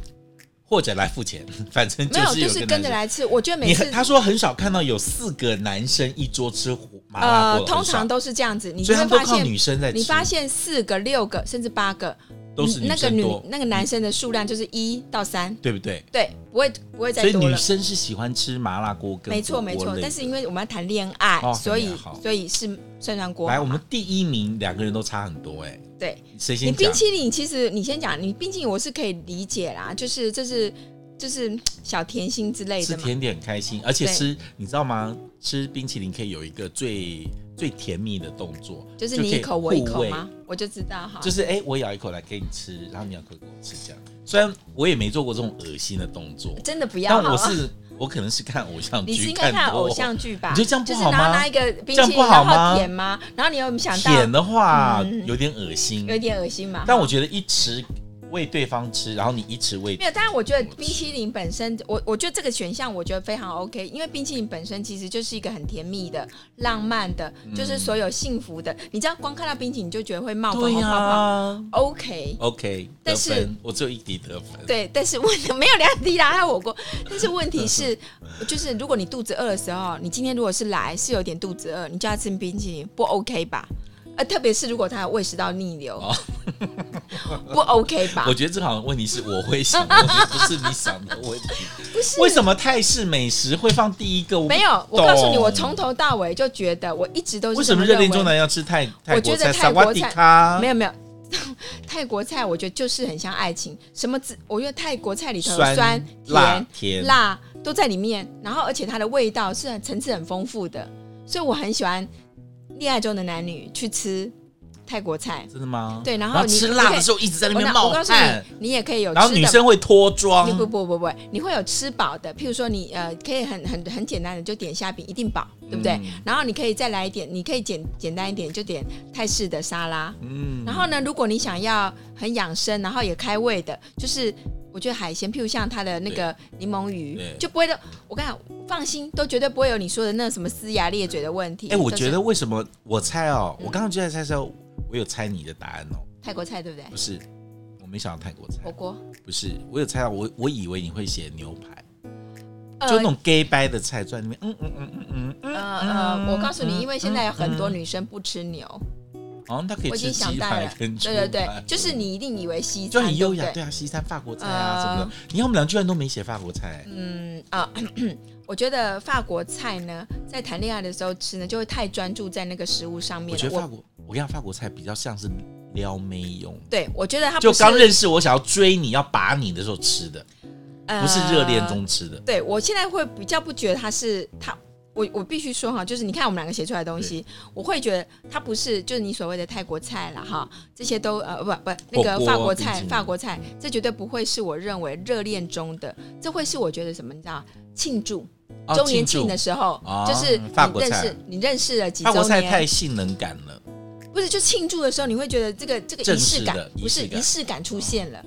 [SPEAKER 1] 或者来付钱， 反正
[SPEAKER 2] 没有，
[SPEAKER 1] 是
[SPEAKER 2] 就
[SPEAKER 1] 有
[SPEAKER 2] 是
[SPEAKER 1] 个
[SPEAKER 2] 跟
[SPEAKER 1] 男
[SPEAKER 2] 着
[SPEAKER 1] 生。
[SPEAKER 2] 来吃。我觉得每
[SPEAKER 1] 你
[SPEAKER 2] 次
[SPEAKER 1] 他说很少看到有四个男生一桌吃胡麻辣
[SPEAKER 2] 呃
[SPEAKER 1] 锅，，
[SPEAKER 2] 通
[SPEAKER 1] 很少
[SPEAKER 2] 常都是这样子，你
[SPEAKER 1] 所
[SPEAKER 2] 就
[SPEAKER 1] 以他
[SPEAKER 2] 会
[SPEAKER 1] 们都
[SPEAKER 2] 发
[SPEAKER 1] 靠
[SPEAKER 2] 现
[SPEAKER 1] 女生在吃，
[SPEAKER 2] 你发现四个、六个甚至八个，
[SPEAKER 1] 都是
[SPEAKER 2] 你那个
[SPEAKER 1] 生
[SPEAKER 2] 女
[SPEAKER 1] 多，
[SPEAKER 2] 那个男生的数量就是一到三，
[SPEAKER 1] 对不对？
[SPEAKER 2] 对，不会不会
[SPEAKER 1] 所
[SPEAKER 2] 再
[SPEAKER 1] 以
[SPEAKER 2] 多
[SPEAKER 1] 女
[SPEAKER 2] 了。
[SPEAKER 1] 生是喜欢吃麻辣锅跟
[SPEAKER 2] 没错
[SPEAKER 1] 火锅
[SPEAKER 2] 没错
[SPEAKER 1] 类，的
[SPEAKER 2] 但是因为我们要谈恋爱，
[SPEAKER 1] 哦
[SPEAKER 2] 所
[SPEAKER 1] 谈
[SPEAKER 2] 以
[SPEAKER 1] 恋爱好
[SPEAKER 2] 所以是涮涮锅嘛。
[SPEAKER 1] 来我们第一名两个人都差很多哎、
[SPEAKER 2] 对
[SPEAKER 1] 谁
[SPEAKER 2] 你
[SPEAKER 1] 先
[SPEAKER 2] 冰
[SPEAKER 1] 讲？
[SPEAKER 2] 淇淋，其实你先讲，你冰淇淋我是可以理解啦，就是这是就是嗯小甜心之类
[SPEAKER 1] 吃
[SPEAKER 2] 的嘛。
[SPEAKER 1] 甜点很开心，而且
[SPEAKER 2] 对
[SPEAKER 1] 吃你知道吗？吃冰淇淋可以有一个最最甜蜜的动作，
[SPEAKER 2] 就是你一口
[SPEAKER 1] 就
[SPEAKER 2] 我
[SPEAKER 1] 可以
[SPEAKER 2] 一
[SPEAKER 1] 互
[SPEAKER 2] 口
[SPEAKER 1] 喂
[SPEAKER 2] 吗？我就知道哈，
[SPEAKER 1] 就是哎、我咬一口来给你吃，然后你咬一口给我吃，这样。虽然我也没做过这种恶心的动作，
[SPEAKER 2] 真的不要
[SPEAKER 1] 但
[SPEAKER 2] 好
[SPEAKER 1] 我
[SPEAKER 2] 吗？
[SPEAKER 1] 是我可能是看偶像剧，
[SPEAKER 2] 你是应该看
[SPEAKER 1] 多
[SPEAKER 2] 偶像剧吧？
[SPEAKER 1] 你觉得这样不
[SPEAKER 2] 就是
[SPEAKER 1] 好
[SPEAKER 2] 然后
[SPEAKER 1] 吗
[SPEAKER 2] 拿一个冰
[SPEAKER 1] 这样
[SPEAKER 2] 淇
[SPEAKER 1] 不
[SPEAKER 2] 淋，
[SPEAKER 1] 好
[SPEAKER 2] 然
[SPEAKER 1] 吗
[SPEAKER 2] 后舔吗？然后你有没有想到
[SPEAKER 1] 舔的话
[SPEAKER 2] 嗯
[SPEAKER 1] 有点恶心，
[SPEAKER 2] 有点恶心嘛？
[SPEAKER 1] 但
[SPEAKER 2] 哈
[SPEAKER 1] 我觉得一匙喂对方吃，然后你一匙喂
[SPEAKER 2] 没，有，当然我觉得冰淇淋本身，我我觉得这个选项我觉得非常 OK，因为冰淇淋本身其实就是一个很甜蜜的、浪漫的，就是所有幸福的。你知道，光看到冰淇淋你就觉得会冒
[SPEAKER 1] 嗯
[SPEAKER 2] 粉
[SPEAKER 1] 对
[SPEAKER 2] 红
[SPEAKER 1] 呀、
[SPEAKER 2] 泡泡。OK，
[SPEAKER 1] OK，
[SPEAKER 2] 但
[SPEAKER 1] 得
[SPEAKER 2] 是
[SPEAKER 1] 分，我只有一滴得分。
[SPEAKER 2] 对，但是问题没有两滴啦，还有火锅。但是问题是，
[SPEAKER 1] 嗯
[SPEAKER 2] 就是如果你肚子饿的时候，你今天如果是来是有点肚子饿，你就要吃冰淇淋，不 OK 吧？呃，特别是如果他有胃食道逆流，
[SPEAKER 1] 哦
[SPEAKER 2] 不 OK 吧
[SPEAKER 1] 我？觉得这好像问题是我会想的问题，不是你想的问题。
[SPEAKER 2] 不是
[SPEAKER 1] 为什么泰式美食会放第一个？
[SPEAKER 2] 没
[SPEAKER 1] 有，
[SPEAKER 2] 有，我告诉你，
[SPEAKER 1] 懂
[SPEAKER 2] 我从头到尾就觉得，我一直都是
[SPEAKER 1] 为什么
[SPEAKER 2] 这
[SPEAKER 1] 热
[SPEAKER 2] 么认
[SPEAKER 1] 恋
[SPEAKER 2] 为
[SPEAKER 1] 中男要吃泰泰国
[SPEAKER 2] 我觉
[SPEAKER 1] 菜？
[SPEAKER 2] 得
[SPEAKER 1] 萨
[SPEAKER 2] 泰
[SPEAKER 1] 瓦
[SPEAKER 2] 国
[SPEAKER 1] 迪
[SPEAKER 2] 菜
[SPEAKER 1] 卡
[SPEAKER 2] 没有没 有，泰国菜我觉得就是很像爱情，什么滋我觉得泰国菜里头有酸、
[SPEAKER 1] 酸、辣
[SPEAKER 2] 甜、、
[SPEAKER 1] 甜。
[SPEAKER 2] 辣都在里面，然后而且它的味道是很层次很丰富的，所以我很喜欢恋爱中的男女去吃泰国菜。
[SPEAKER 1] 真的吗？
[SPEAKER 2] 对然后你
[SPEAKER 1] 吃辣的时候一直在那
[SPEAKER 2] 我
[SPEAKER 1] 边
[SPEAKER 2] 那
[SPEAKER 1] 冒
[SPEAKER 2] 我告诉
[SPEAKER 1] 汗，
[SPEAKER 2] 你，你也可以有吃
[SPEAKER 1] 然后女
[SPEAKER 2] 的。
[SPEAKER 1] 生会脱
[SPEAKER 2] 你
[SPEAKER 1] 妆，
[SPEAKER 2] 不不不不，你会有吃饱的，譬如说你呃，可以很很很简单的就点虾饼，一定饱，对不对？
[SPEAKER 1] 嗯
[SPEAKER 2] 然后你可以再来一点，你可以简简单一点，就点泰式的沙拉，
[SPEAKER 1] 嗯
[SPEAKER 2] 然后呢，如果你想要很养生，然后也开胃的，就是我觉得海鲜，譬如像它的那个柠檬鱼
[SPEAKER 1] 对，
[SPEAKER 2] 就不会的。我跟你讲，放心，都绝对不会有你说的那什么龇牙咧嘴的问题。
[SPEAKER 1] 哎、我
[SPEAKER 2] 都是
[SPEAKER 1] 觉得为什么我猜哦，
[SPEAKER 2] 嗯
[SPEAKER 1] 我刚刚就在猜的时候，我有猜你的答案哦，
[SPEAKER 2] 泰国菜对不对？
[SPEAKER 1] 不是，我没想到泰国菜
[SPEAKER 2] 火，锅，
[SPEAKER 1] 不是，我有猜到，我我以为你会写牛排，
[SPEAKER 2] 呃
[SPEAKER 1] 就那种 gay 掰的菜，在里面，嗯嗯嗯嗯嗯，
[SPEAKER 2] 呃呃，我告诉你，
[SPEAKER 1] 嗯
[SPEAKER 2] 因为现在有很多
[SPEAKER 1] 嗯
[SPEAKER 2] 女生不吃牛，
[SPEAKER 1] 好像它可以
[SPEAKER 2] 我已
[SPEAKER 1] 吃
[SPEAKER 2] 经想
[SPEAKER 1] 鸡
[SPEAKER 2] 到
[SPEAKER 1] 排
[SPEAKER 2] 了。
[SPEAKER 1] 跟猪
[SPEAKER 2] 嗯对对
[SPEAKER 1] 排
[SPEAKER 2] 对，就是你一定以为西餐，
[SPEAKER 1] 就很优雅，
[SPEAKER 2] 对不对
[SPEAKER 1] 对啊，西餐、法国菜啊
[SPEAKER 2] 呃
[SPEAKER 1] 什么的，你看我们俩居然都没写法国菜，
[SPEAKER 2] 嗯啊、我觉得法国菜呢，在谈恋爱的时候吃呢，就会太专注在那个食物上面
[SPEAKER 1] 我
[SPEAKER 2] 了。
[SPEAKER 1] 觉得法国，我跟你讲，法国菜比较像是撩妹用的。
[SPEAKER 2] 对，我觉得它
[SPEAKER 1] 就
[SPEAKER 2] 不是
[SPEAKER 1] 刚认识我想要追你要把你的时候吃的，
[SPEAKER 2] 呃
[SPEAKER 1] 不是热恋中吃的。
[SPEAKER 2] 对我现在会比较不觉得他是他，我我必须说哈，就是你看我们两个写出来的东西，我会觉得它不是就是你所谓的泰国菜了哈，这些都呃不不那
[SPEAKER 1] 火
[SPEAKER 2] 个
[SPEAKER 1] 锅
[SPEAKER 2] 法国
[SPEAKER 1] 冰淇
[SPEAKER 2] 菜
[SPEAKER 1] 淋
[SPEAKER 2] 法国菜，这绝对不会是我认为热恋中的，这会是我觉得什么你知道庆祝
[SPEAKER 1] 哦
[SPEAKER 2] 周年
[SPEAKER 1] 庆
[SPEAKER 2] 庆
[SPEAKER 1] 祝
[SPEAKER 2] 的时候，
[SPEAKER 1] 啊
[SPEAKER 2] 就是
[SPEAKER 1] 法国
[SPEAKER 2] 你认
[SPEAKER 1] 菜
[SPEAKER 2] 识你认识了几
[SPEAKER 1] 法国
[SPEAKER 2] 周
[SPEAKER 1] 菜
[SPEAKER 2] 年，
[SPEAKER 1] 太性能感了，
[SPEAKER 2] 不是就庆祝的时候，你会觉得这个这个
[SPEAKER 1] 正
[SPEAKER 2] 仪
[SPEAKER 1] 式
[SPEAKER 2] 式感
[SPEAKER 1] 的仪
[SPEAKER 2] 不是
[SPEAKER 1] 式感
[SPEAKER 2] 仪式感出现了，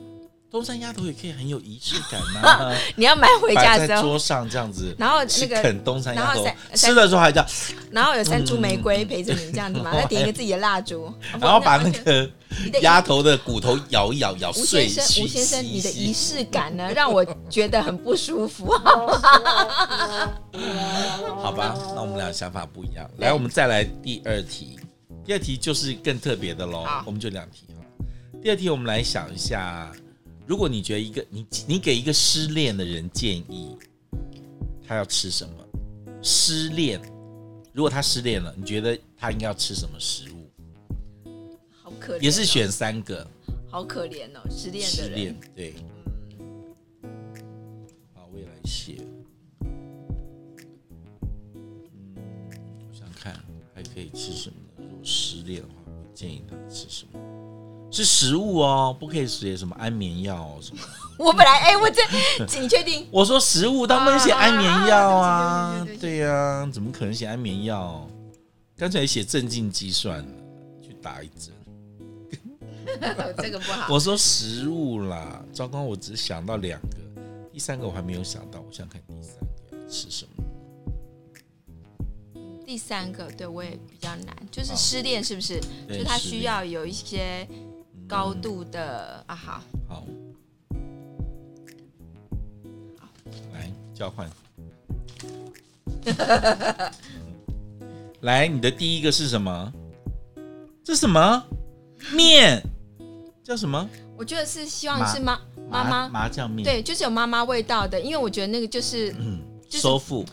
[SPEAKER 1] 东山鸭头也可以很有仪式感呐、
[SPEAKER 2] 你要买 回家
[SPEAKER 1] 摆
[SPEAKER 2] 的时
[SPEAKER 1] 在
[SPEAKER 2] 候，
[SPEAKER 1] 桌上这样子，
[SPEAKER 2] 然后
[SPEAKER 1] 去
[SPEAKER 2] 那个
[SPEAKER 1] 啃东山鸭头
[SPEAKER 2] 然后，三
[SPEAKER 1] 吃的时候还这样，
[SPEAKER 2] 然后有三株玫瑰陪着你这样子嘛，
[SPEAKER 1] 嗯
[SPEAKER 2] 再点一个自己的蜡烛， 哦
[SPEAKER 1] 然后把那个
[SPEAKER 2] 你的仪
[SPEAKER 1] 鸭头的骨头咬一咬，咬
[SPEAKER 2] 吴
[SPEAKER 1] 碎。
[SPEAKER 2] 先生，吴先生，
[SPEAKER 1] 吸
[SPEAKER 2] 你的
[SPEAKER 1] 吸
[SPEAKER 2] 仪式感呢，让我觉得很不舒服。
[SPEAKER 1] 好吧，那我们俩想法不一样。来，我们再来第二题，第二题就是更特别的喽
[SPEAKER 2] 好。
[SPEAKER 1] 我们就两题哈。第二题，我们来想一下，如果你觉得一个你你给一个失恋的人建议，他要吃什么？失恋，如果他失恋了，你觉得他应该要吃什么食物？
[SPEAKER 2] 好可怜哦，
[SPEAKER 1] 也是选三个
[SPEAKER 2] 好可怜哦，失恋
[SPEAKER 1] 失
[SPEAKER 2] 的
[SPEAKER 1] 恋
[SPEAKER 2] 人。，
[SPEAKER 1] 对。好，我也来写。嗯，我想看还可以吃什么呢？如果失恋的话，我建议他吃什么？是食物哦，不可以写什么安眠药哦什么的。
[SPEAKER 2] 我本来哎，我这你确定？
[SPEAKER 1] 我说食物，当然写安眠药
[SPEAKER 2] 啊
[SPEAKER 1] 啊
[SPEAKER 2] 对对对对，对
[SPEAKER 1] 对呀、怎么可能写安眠药？干脆写镇静剂算了，去打一针。
[SPEAKER 2] 这个不好。
[SPEAKER 1] 我说食物啦，糟糕，我只想到两个，第三个我还没有想到，我想看第三个要吃什么。
[SPEAKER 2] 第三个对我也比较难，就是
[SPEAKER 1] 好
[SPEAKER 2] 失恋是不是？
[SPEAKER 1] 哦对
[SPEAKER 2] 就他
[SPEAKER 1] 失
[SPEAKER 2] 需
[SPEAKER 1] 恋
[SPEAKER 2] 要有一些高度的啊，好，
[SPEAKER 1] 好，交换。 来，你的第一个是什么？这什么面？叫什么？
[SPEAKER 2] 我觉得是希望
[SPEAKER 1] 麻
[SPEAKER 2] 是妈妈
[SPEAKER 1] 麻
[SPEAKER 2] 妈，
[SPEAKER 1] 麻酱面。，
[SPEAKER 2] 对，就是有妈妈味道的，因为我觉得那个就是
[SPEAKER 1] 嗯，
[SPEAKER 2] 就是
[SPEAKER 1] 收腹，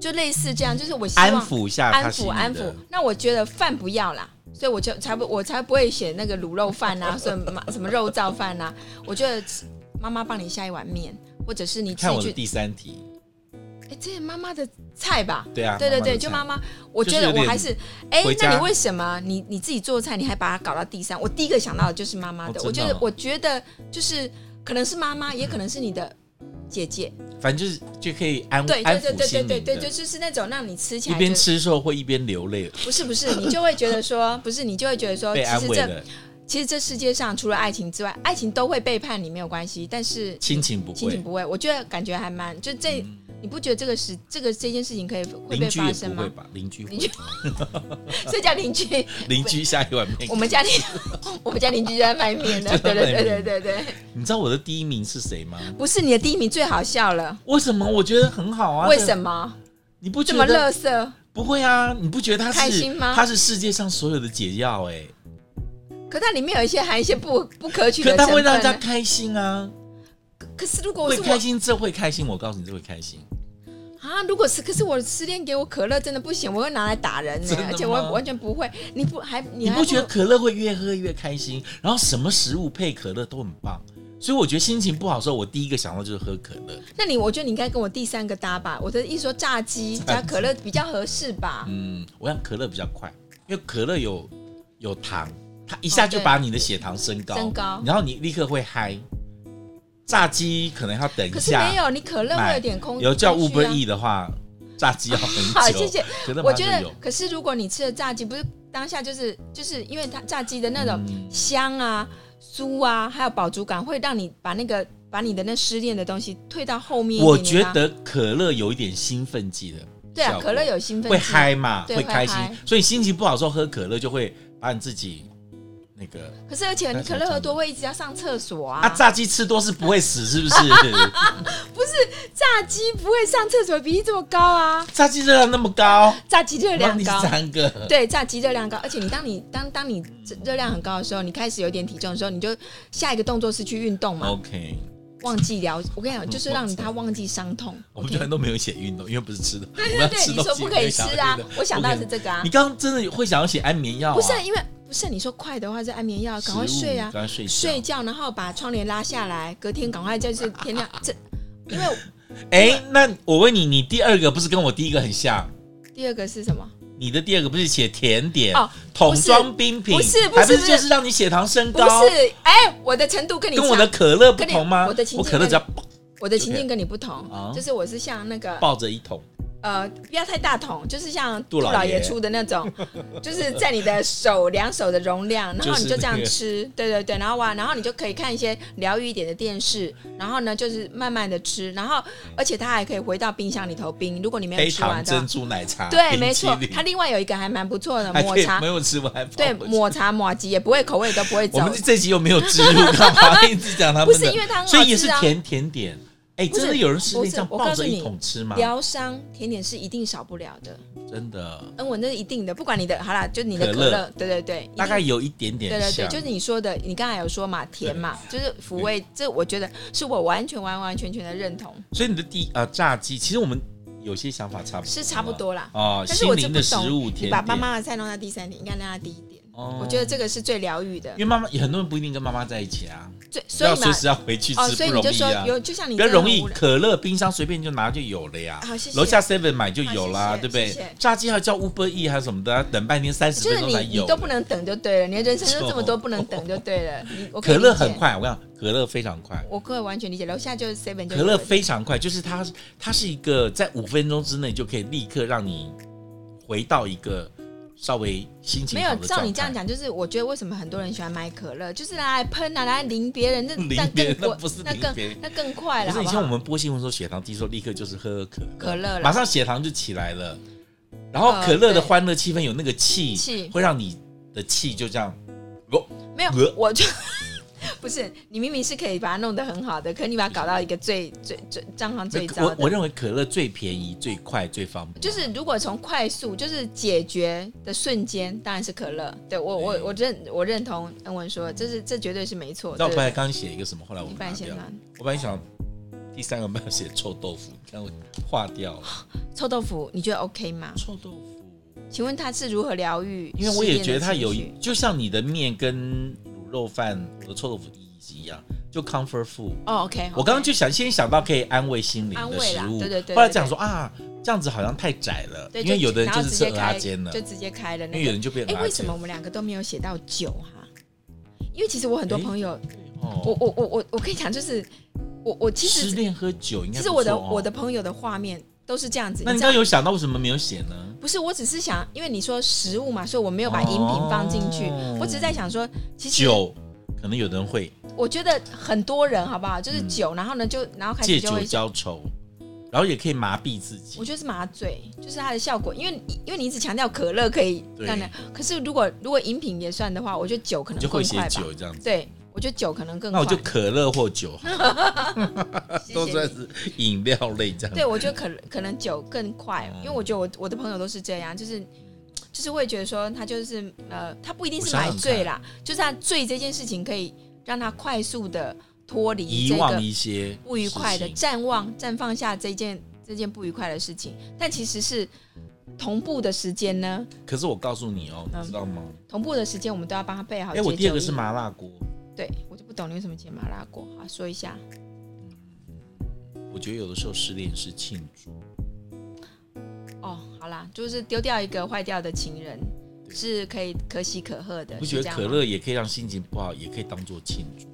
[SPEAKER 2] 就类似这样，就是我希望
[SPEAKER 1] 安抚一下他
[SPEAKER 2] 安
[SPEAKER 1] 心
[SPEAKER 2] 抚
[SPEAKER 1] 里
[SPEAKER 2] 安
[SPEAKER 1] 的
[SPEAKER 2] 抚。那我觉得饭不要啦，所以我就才不我才不会写那个卤肉 饭啊，什么什么肉燥饭啊。我觉得妈妈帮你下一碗面，或者是你自
[SPEAKER 1] 看我的
[SPEAKER 2] 己去。
[SPEAKER 1] 第三题，
[SPEAKER 2] 哎、这是妈妈的菜吧？
[SPEAKER 1] 对啊，
[SPEAKER 2] 对对对，
[SPEAKER 1] 的
[SPEAKER 2] 就
[SPEAKER 1] 菜
[SPEAKER 2] 妈妈，我
[SPEAKER 1] 就
[SPEAKER 2] 觉
[SPEAKER 1] 是
[SPEAKER 2] 得
[SPEAKER 1] 有
[SPEAKER 2] 我
[SPEAKER 1] 点
[SPEAKER 2] 还是哎
[SPEAKER 1] 回，
[SPEAKER 2] 那
[SPEAKER 1] 家
[SPEAKER 2] 你为什么你你自己做菜，你还把它搞到第三？我第一个想到的就是妈妈
[SPEAKER 1] 哦
[SPEAKER 2] 的，
[SPEAKER 1] 真
[SPEAKER 2] 我
[SPEAKER 1] 的
[SPEAKER 2] 觉得
[SPEAKER 1] 哦
[SPEAKER 2] 我觉得就是可能是妈妈，也可能是你的姐姐，
[SPEAKER 1] 反正就是就可以安
[SPEAKER 2] 对
[SPEAKER 1] 安
[SPEAKER 2] 对对
[SPEAKER 1] 抚
[SPEAKER 2] 对
[SPEAKER 1] 心
[SPEAKER 2] 对
[SPEAKER 1] 灵
[SPEAKER 2] 对对，
[SPEAKER 1] 的
[SPEAKER 2] 就就是那种让你吃起
[SPEAKER 1] 一
[SPEAKER 2] 来觉
[SPEAKER 1] 边
[SPEAKER 2] 得
[SPEAKER 1] 吃肉会一边流泪，
[SPEAKER 2] 不是不是，你就会觉得说不是，你就会觉得说，
[SPEAKER 1] 被
[SPEAKER 2] 哦其
[SPEAKER 1] 安
[SPEAKER 2] 实
[SPEAKER 1] 慰
[SPEAKER 2] 这
[SPEAKER 1] 了，
[SPEAKER 2] 其实这世界上除了爱情之外，爱情都会背叛你没有关系，但是
[SPEAKER 1] 亲情不
[SPEAKER 2] 亲
[SPEAKER 1] 会嗯
[SPEAKER 2] 情，不会，我觉得感觉还蛮就这，你不觉得这个是这个这件事情可以会被
[SPEAKER 1] 邻居
[SPEAKER 2] 发
[SPEAKER 1] 也
[SPEAKER 2] 生
[SPEAKER 1] 不会
[SPEAKER 2] 吗？
[SPEAKER 1] 吧？邻居会
[SPEAKER 2] 邻居 所以叫邻居，
[SPEAKER 1] 邻居下一碗面
[SPEAKER 2] 我，们家邻我们家邻居就在卖面 的，对对对对对对，
[SPEAKER 1] 你知道我的第一名是谁吗？
[SPEAKER 2] 不是你的第一名最好笑了，
[SPEAKER 1] 为什么？我觉得很好啊。
[SPEAKER 2] 为
[SPEAKER 1] 这
[SPEAKER 2] 什么
[SPEAKER 1] 你不
[SPEAKER 2] 这
[SPEAKER 1] 觉
[SPEAKER 2] 么
[SPEAKER 1] 得？
[SPEAKER 2] 乐色？
[SPEAKER 1] 不会啊，你不觉得他
[SPEAKER 2] 开
[SPEAKER 1] 是
[SPEAKER 2] 心吗
[SPEAKER 1] 他是世界上所有的解药哎、
[SPEAKER 2] 可它里面有一些含一些不不可取
[SPEAKER 1] 可
[SPEAKER 2] 的
[SPEAKER 1] 他
[SPEAKER 2] 成
[SPEAKER 1] 会让人
[SPEAKER 2] 分
[SPEAKER 1] 家
[SPEAKER 2] 呢。
[SPEAKER 1] 开心啊，
[SPEAKER 2] 可是如果
[SPEAKER 1] 会
[SPEAKER 2] 是我
[SPEAKER 1] 开心，这会开心。我告诉你，这会开心。
[SPEAKER 2] 啊，如果是，可是我失恋给我可乐真的不行，我会拿来打人呢、
[SPEAKER 1] 真的吗
[SPEAKER 2] 而且我完全不会。你不还你
[SPEAKER 1] 你
[SPEAKER 2] 还
[SPEAKER 1] 不觉得可乐会越喝越开心？然后什么食物配可乐都很棒，所以我觉得心情不好的时候，我第一个想到就是喝可乐。
[SPEAKER 2] 那你我觉得你应该跟我第三个搭吧。我的意思说炸鸡加可乐比较合适吧。
[SPEAKER 1] 嗯，我想可乐比较快，因为可乐有有糖，它一下
[SPEAKER 2] 哦
[SPEAKER 1] 就
[SPEAKER 2] 对
[SPEAKER 1] 把你的血糖升高，
[SPEAKER 2] 升高
[SPEAKER 1] 然后你立刻会嗨。炸鸡可能要等一
[SPEAKER 2] 可是
[SPEAKER 1] 下，
[SPEAKER 2] 没有，你可乐会有点空。
[SPEAKER 1] 有叫
[SPEAKER 2] 空虚
[SPEAKER 1] Uber
[SPEAKER 2] 啊
[SPEAKER 1] E 的话，炸鸡要很久。
[SPEAKER 2] 好，谢谢。
[SPEAKER 1] 可乐
[SPEAKER 2] 我
[SPEAKER 1] 马
[SPEAKER 2] 觉
[SPEAKER 1] 上就
[SPEAKER 2] 得
[SPEAKER 1] 有。，
[SPEAKER 2] 可是如果你吃了炸鸡，不是当下就是就是因为它炸鸡的那种
[SPEAKER 1] 嗯
[SPEAKER 2] 香啊、酥啊，还有饱足感，会让你把那个把你的那失恋的东西退到后面一点
[SPEAKER 1] 我
[SPEAKER 2] 点
[SPEAKER 1] 觉
[SPEAKER 2] 啊
[SPEAKER 1] 得可乐有一点兴奋剂的效果，
[SPEAKER 2] 对啊，可乐有兴奋
[SPEAKER 1] 会
[SPEAKER 2] 剂
[SPEAKER 1] 嗨嘛，
[SPEAKER 2] 对
[SPEAKER 1] 会开心
[SPEAKER 2] 会嗨，
[SPEAKER 1] 所以心情不好的时候喝可乐就会把你自己那个
[SPEAKER 2] 可是而且你可乐喝多会一直要上厕所啊，
[SPEAKER 1] 啊，炸鸡吃多是不会死， 是不是？
[SPEAKER 2] 炸鸡不会上厕所比例这么高啊，
[SPEAKER 1] 炸鸡热量那么高，
[SPEAKER 2] 炸鸡热
[SPEAKER 1] 让
[SPEAKER 2] 量
[SPEAKER 1] 你
[SPEAKER 2] 高。
[SPEAKER 1] 三个，
[SPEAKER 2] 对，炸鸡热量高，而且你当你当当你热量很高的时候，你开始有点体重的时候，你就下一个动作是去运动嘛，
[SPEAKER 1] OK，
[SPEAKER 2] 忘记疗。我跟你讲，就是让
[SPEAKER 1] 忘记
[SPEAKER 2] 他忘记伤痛。
[SPEAKER 1] 我们
[SPEAKER 2] OK
[SPEAKER 1] 居然都没有写运动，因为不是吃的，我们
[SPEAKER 2] 对
[SPEAKER 1] 要
[SPEAKER 2] 对，
[SPEAKER 1] 吃
[SPEAKER 2] 你
[SPEAKER 1] 东
[SPEAKER 2] 说
[SPEAKER 1] 西
[SPEAKER 2] 不可以
[SPEAKER 1] 没
[SPEAKER 2] 吃
[SPEAKER 1] 想到
[SPEAKER 2] 啊
[SPEAKER 1] 运动，
[SPEAKER 2] 我想到的是
[SPEAKER 1] OK
[SPEAKER 2] 这个啊
[SPEAKER 1] 你，刚刚真的会想要写安眠药啊？
[SPEAKER 2] 不是因为不是你说快的话是安眠药，赶快
[SPEAKER 1] 食物
[SPEAKER 2] 睡啊，
[SPEAKER 1] 赶快睡觉
[SPEAKER 2] 睡觉，然后把窗帘拉下来，隔天赶快就是天 亮这，因为
[SPEAKER 1] 哎、那我问你，你第二个不是跟我第一个很像？
[SPEAKER 2] 第二个是什么？
[SPEAKER 1] 你的第二个不是写甜点、
[SPEAKER 2] 哦
[SPEAKER 1] 桶
[SPEAKER 2] 不是
[SPEAKER 1] 装冰品，
[SPEAKER 2] 不是不是
[SPEAKER 1] 还不
[SPEAKER 2] 不是
[SPEAKER 1] 就是让你血糖升
[SPEAKER 2] 不
[SPEAKER 1] 高？
[SPEAKER 2] 是，哎、我的程度跟你
[SPEAKER 1] 跟我
[SPEAKER 2] 差
[SPEAKER 1] 的可乐不
[SPEAKER 2] 跟你
[SPEAKER 1] 同吗？
[SPEAKER 2] 我的情境
[SPEAKER 1] 可乐只要
[SPEAKER 2] 我的情境跟你不同
[SPEAKER 1] OK 啊，
[SPEAKER 2] 就是我是像那个
[SPEAKER 1] 抱着一桶，
[SPEAKER 2] 呃，不要太大桶，就是像
[SPEAKER 1] 杜
[SPEAKER 2] 杜
[SPEAKER 1] 老
[SPEAKER 2] 老
[SPEAKER 1] 爷
[SPEAKER 2] 爷出的那 种，就是在你的手两手的容量，然后你
[SPEAKER 1] 就是那
[SPEAKER 2] 就
[SPEAKER 1] 个
[SPEAKER 2] 这样吃，对对对，然后哇，然后你就可以看一些疗愈一点的电视，然后呢就是慢慢的吃，然后而且它还可以回到冰箱里头冰，如果你没有
[SPEAKER 1] 黑
[SPEAKER 2] 吃
[SPEAKER 1] 糖
[SPEAKER 2] 完的话
[SPEAKER 1] 珍，珠奶茶，
[SPEAKER 2] 对，
[SPEAKER 1] 冰
[SPEAKER 2] 没
[SPEAKER 1] 淇
[SPEAKER 2] 错
[SPEAKER 1] 淋，
[SPEAKER 2] 它另外有一个还蛮不错的
[SPEAKER 1] 还
[SPEAKER 2] 抹
[SPEAKER 1] 可以
[SPEAKER 2] 茶
[SPEAKER 1] 没，有吃完还放
[SPEAKER 2] 对，
[SPEAKER 1] 回去
[SPEAKER 2] 抹茶抹吉也不会口味都不会
[SPEAKER 1] 我
[SPEAKER 2] 走
[SPEAKER 1] 们。这集又没有植 入，干嘛一直讲他们的？
[SPEAKER 2] 不是因为它很好吃啊
[SPEAKER 1] 所以也是甜甜点。哎，
[SPEAKER 2] 不是
[SPEAKER 1] 真的有人是那
[SPEAKER 2] 不是
[SPEAKER 1] 这样
[SPEAKER 2] 我
[SPEAKER 1] 抱
[SPEAKER 2] 告诉
[SPEAKER 1] 着
[SPEAKER 2] 你
[SPEAKER 1] 一桶吃吗？
[SPEAKER 2] 疗伤甜点是一定少不了的，
[SPEAKER 1] 真的，
[SPEAKER 2] 嗯，我那是一定的，不管你的好啦，就你的
[SPEAKER 1] 可
[SPEAKER 2] 可
[SPEAKER 1] 乐
[SPEAKER 2] 乐，对对对，
[SPEAKER 1] 大
[SPEAKER 2] 一定
[SPEAKER 1] 概有一点点
[SPEAKER 2] 对对对，
[SPEAKER 1] 像。
[SPEAKER 2] 就是你说的，你刚才有说嘛，甜嘛，就是抚慰，
[SPEAKER 1] 嗯
[SPEAKER 2] 这我觉得是我完全完完全全的认同，
[SPEAKER 1] 所以你的第呃炸鸡，其实我们有些想法差不多
[SPEAKER 2] 是差不多啦。
[SPEAKER 1] 啊，
[SPEAKER 2] 但是我
[SPEAKER 1] 心灵
[SPEAKER 2] 就不
[SPEAKER 1] 的食物甜
[SPEAKER 2] 懂，你
[SPEAKER 1] 点。
[SPEAKER 2] 把妈妈的菜弄到第三点，应该让她第一点。
[SPEAKER 1] 哦
[SPEAKER 2] 我觉得这个是最疗愈的
[SPEAKER 1] 因，为妈妈也很多人不一定跟妈妈在一起啊，
[SPEAKER 2] 最所以
[SPEAKER 1] 要随
[SPEAKER 2] 嘛，
[SPEAKER 1] 时要回去吃，
[SPEAKER 2] 哦，所以
[SPEAKER 1] 不
[SPEAKER 2] 你
[SPEAKER 1] 容
[SPEAKER 2] 就
[SPEAKER 1] 易
[SPEAKER 2] 说
[SPEAKER 1] 啊。
[SPEAKER 2] 有，就像你
[SPEAKER 1] 比较
[SPEAKER 2] 这样
[SPEAKER 1] 容易
[SPEAKER 2] 无，聊
[SPEAKER 1] 可乐冰箱随便就拿就有了呀。
[SPEAKER 2] 好谢谢
[SPEAKER 1] 楼下 Seven 买就有啦，
[SPEAKER 2] 好谢谢
[SPEAKER 1] 对不对？
[SPEAKER 2] 谢谢
[SPEAKER 1] 炸鸡还叫 Uber E 还是什么的，要等半天三十
[SPEAKER 2] 就
[SPEAKER 1] 分
[SPEAKER 2] 是
[SPEAKER 1] 钟才
[SPEAKER 2] 你
[SPEAKER 1] 有
[SPEAKER 2] 你
[SPEAKER 1] 嘞。
[SPEAKER 2] 都不能等就对了，你的人生就这么多不能等就对了。你我可以
[SPEAKER 1] 可乐
[SPEAKER 2] 理解
[SPEAKER 1] 很，快，我跟你讲，可乐非常快，
[SPEAKER 2] 我可以完全理解。楼下就是 seven
[SPEAKER 1] 可
[SPEAKER 2] 就
[SPEAKER 1] 乐
[SPEAKER 2] 有了
[SPEAKER 1] 非常快，就是它它是一个在五分钟之内就可以立刻让你回到一个稍微心情
[SPEAKER 2] 没
[SPEAKER 1] 好
[SPEAKER 2] 有，
[SPEAKER 1] 的
[SPEAKER 2] 照你这
[SPEAKER 1] 状态，
[SPEAKER 2] 样讲，就是我觉得为什么很多人喜欢买可乐，就是拿来喷啊，拿来淋 别人，那
[SPEAKER 1] 淋
[SPEAKER 2] 那
[SPEAKER 1] 别人
[SPEAKER 2] 更过
[SPEAKER 1] 那不是
[SPEAKER 2] 那
[SPEAKER 1] 淋别人
[SPEAKER 2] 更那更快了，
[SPEAKER 1] 不是
[SPEAKER 2] 好
[SPEAKER 1] 以
[SPEAKER 2] 不
[SPEAKER 1] 前我
[SPEAKER 2] 好？
[SPEAKER 1] 们播新闻说血糖低的时候，立刻就是喝可
[SPEAKER 2] 可乐啦
[SPEAKER 1] 马上血糖就起来了。然后
[SPEAKER 2] 呃
[SPEAKER 1] 可乐的
[SPEAKER 2] 对
[SPEAKER 1] 欢乐气氛有那个气，
[SPEAKER 2] 呃气
[SPEAKER 1] 会让你的气就这样。
[SPEAKER 2] 没有
[SPEAKER 1] 呃，
[SPEAKER 2] 我就 不是你明明是可以把它弄得很好的，可你把它搞到一个最最最状况最糟
[SPEAKER 1] 我
[SPEAKER 2] 的。
[SPEAKER 1] 我认为可乐最便宜、最快、最方便，
[SPEAKER 2] 就是如果从快速，就是解决的瞬间，当然是可乐。对我我
[SPEAKER 1] 对
[SPEAKER 2] 我认我认同恩文说，这是这绝对是没错。
[SPEAKER 1] 那我
[SPEAKER 2] 对
[SPEAKER 1] 本来刚写一个什么，后来我
[SPEAKER 2] 一
[SPEAKER 1] 拿
[SPEAKER 2] 半
[SPEAKER 1] 掉
[SPEAKER 2] 先
[SPEAKER 1] 了。
[SPEAKER 2] 啦，
[SPEAKER 1] 我本来想第三个没有写臭豆腐，你看我划掉了
[SPEAKER 2] 臭豆腐你觉得 OK 吗？
[SPEAKER 1] 臭豆腐，
[SPEAKER 2] 请问它是如何疗愈？
[SPEAKER 1] 因为我也觉得它有一，就像你的面跟卤肉饭，我的臭豆腐意义是一样，就 comfort food。
[SPEAKER 2] 哦，OK，
[SPEAKER 1] 我刚刚就想先想到可以安慰心灵
[SPEAKER 2] 安
[SPEAKER 1] 的
[SPEAKER 2] 慰
[SPEAKER 1] 食
[SPEAKER 2] 啦
[SPEAKER 1] 物，
[SPEAKER 2] 对对对
[SPEAKER 1] 后来
[SPEAKER 2] 对
[SPEAKER 1] 讲说啊，这样子好像太窄了，
[SPEAKER 2] 对，
[SPEAKER 1] 因为有的人
[SPEAKER 2] 然
[SPEAKER 1] 就
[SPEAKER 2] 后
[SPEAKER 1] 是吃
[SPEAKER 2] 直接
[SPEAKER 1] 鹅阿啊
[SPEAKER 2] 开
[SPEAKER 1] 煎了，
[SPEAKER 2] 就直接开了
[SPEAKER 1] 因
[SPEAKER 2] 那
[SPEAKER 1] 为
[SPEAKER 2] 个
[SPEAKER 1] 有。人就变
[SPEAKER 2] 哎、
[SPEAKER 1] 鹅阿
[SPEAKER 2] 为什
[SPEAKER 1] 煎
[SPEAKER 2] 么我。们两个都没有写到酒哈、因为其实我很多
[SPEAKER 1] 哎
[SPEAKER 2] 朋友，
[SPEAKER 1] 哦，
[SPEAKER 2] 我我我我我可以讲，就是我我其
[SPEAKER 1] 失
[SPEAKER 2] 实
[SPEAKER 1] 恋喝酒应该
[SPEAKER 2] 其
[SPEAKER 1] 不
[SPEAKER 2] 实
[SPEAKER 1] 错哦
[SPEAKER 2] 我的我的，朋友的画面都是这样子，
[SPEAKER 1] 那
[SPEAKER 2] 你
[SPEAKER 1] 你
[SPEAKER 2] 知
[SPEAKER 1] 刚
[SPEAKER 2] 道
[SPEAKER 1] 刚有想到为什么没有写呢？
[SPEAKER 2] 不是？我只是想，因为你说食物嘛，所以我没有把饮品放进去。
[SPEAKER 1] 哦
[SPEAKER 2] 我只是在想说，其实
[SPEAKER 1] 酒可能有的人会
[SPEAKER 2] 我觉得很多人好不好，就是
[SPEAKER 1] 嗯
[SPEAKER 2] 酒，然后呢就然后开
[SPEAKER 1] 借
[SPEAKER 2] 始就
[SPEAKER 1] 酒
[SPEAKER 2] 会
[SPEAKER 1] 浇愁，然后也可以麻痹自己
[SPEAKER 2] 我。觉得是麻醉，就是它的效果，因为你因为你一直强调可乐可以
[SPEAKER 1] 对
[SPEAKER 2] 让人，可是如果如果饮品也算的话，我觉得酒可
[SPEAKER 1] 你
[SPEAKER 2] 能
[SPEAKER 1] 就会
[SPEAKER 2] 更
[SPEAKER 1] 写
[SPEAKER 2] 快吧。
[SPEAKER 1] 酒这样子。
[SPEAKER 2] 对，我觉得酒可能更
[SPEAKER 1] 那
[SPEAKER 2] 快。
[SPEAKER 1] 我就可乐或酒好了，
[SPEAKER 2] 谢谢
[SPEAKER 1] 都
[SPEAKER 2] 你
[SPEAKER 1] 算是饮料类这样子。
[SPEAKER 2] 对，我觉得可能可能酒更快，
[SPEAKER 1] 嗯
[SPEAKER 2] 因为我觉得我我的朋友都是这样，就是就是会觉得说他就是呃，他不一定
[SPEAKER 1] 我
[SPEAKER 2] 是
[SPEAKER 1] 想
[SPEAKER 2] 买
[SPEAKER 1] 想
[SPEAKER 2] 醉啦，就是他醉这件事情可以让他快速的脱离
[SPEAKER 1] 遗
[SPEAKER 2] 这
[SPEAKER 1] 忘
[SPEAKER 2] 个
[SPEAKER 1] 一些
[SPEAKER 2] 不愉快的
[SPEAKER 1] 事情
[SPEAKER 2] 绽望、绽放下这件这件不愉快的事情，但其实是同步的时间呢，
[SPEAKER 1] 可是我告诉你哦，
[SPEAKER 2] 嗯
[SPEAKER 1] 你知道吗？
[SPEAKER 2] 同步的时间我们都要帮他备好。
[SPEAKER 1] 哎，我第二个是？麻辣锅，
[SPEAKER 2] 对，我就不懂你为什么解麻辣锅啊，说一下。
[SPEAKER 1] 我觉得有的时候失恋是庆祝，
[SPEAKER 2] 哦，好啦，就是丢掉一个坏掉的情人，
[SPEAKER 1] 对
[SPEAKER 2] 是可以可喜可贺的。
[SPEAKER 1] 你不
[SPEAKER 2] 是
[SPEAKER 1] 觉
[SPEAKER 2] 这
[SPEAKER 1] 得
[SPEAKER 2] 样
[SPEAKER 1] 可
[SPEAKER 2] 吗
[SPEAKER 1] 乐也可以让心情不好，也可以当做庆祝。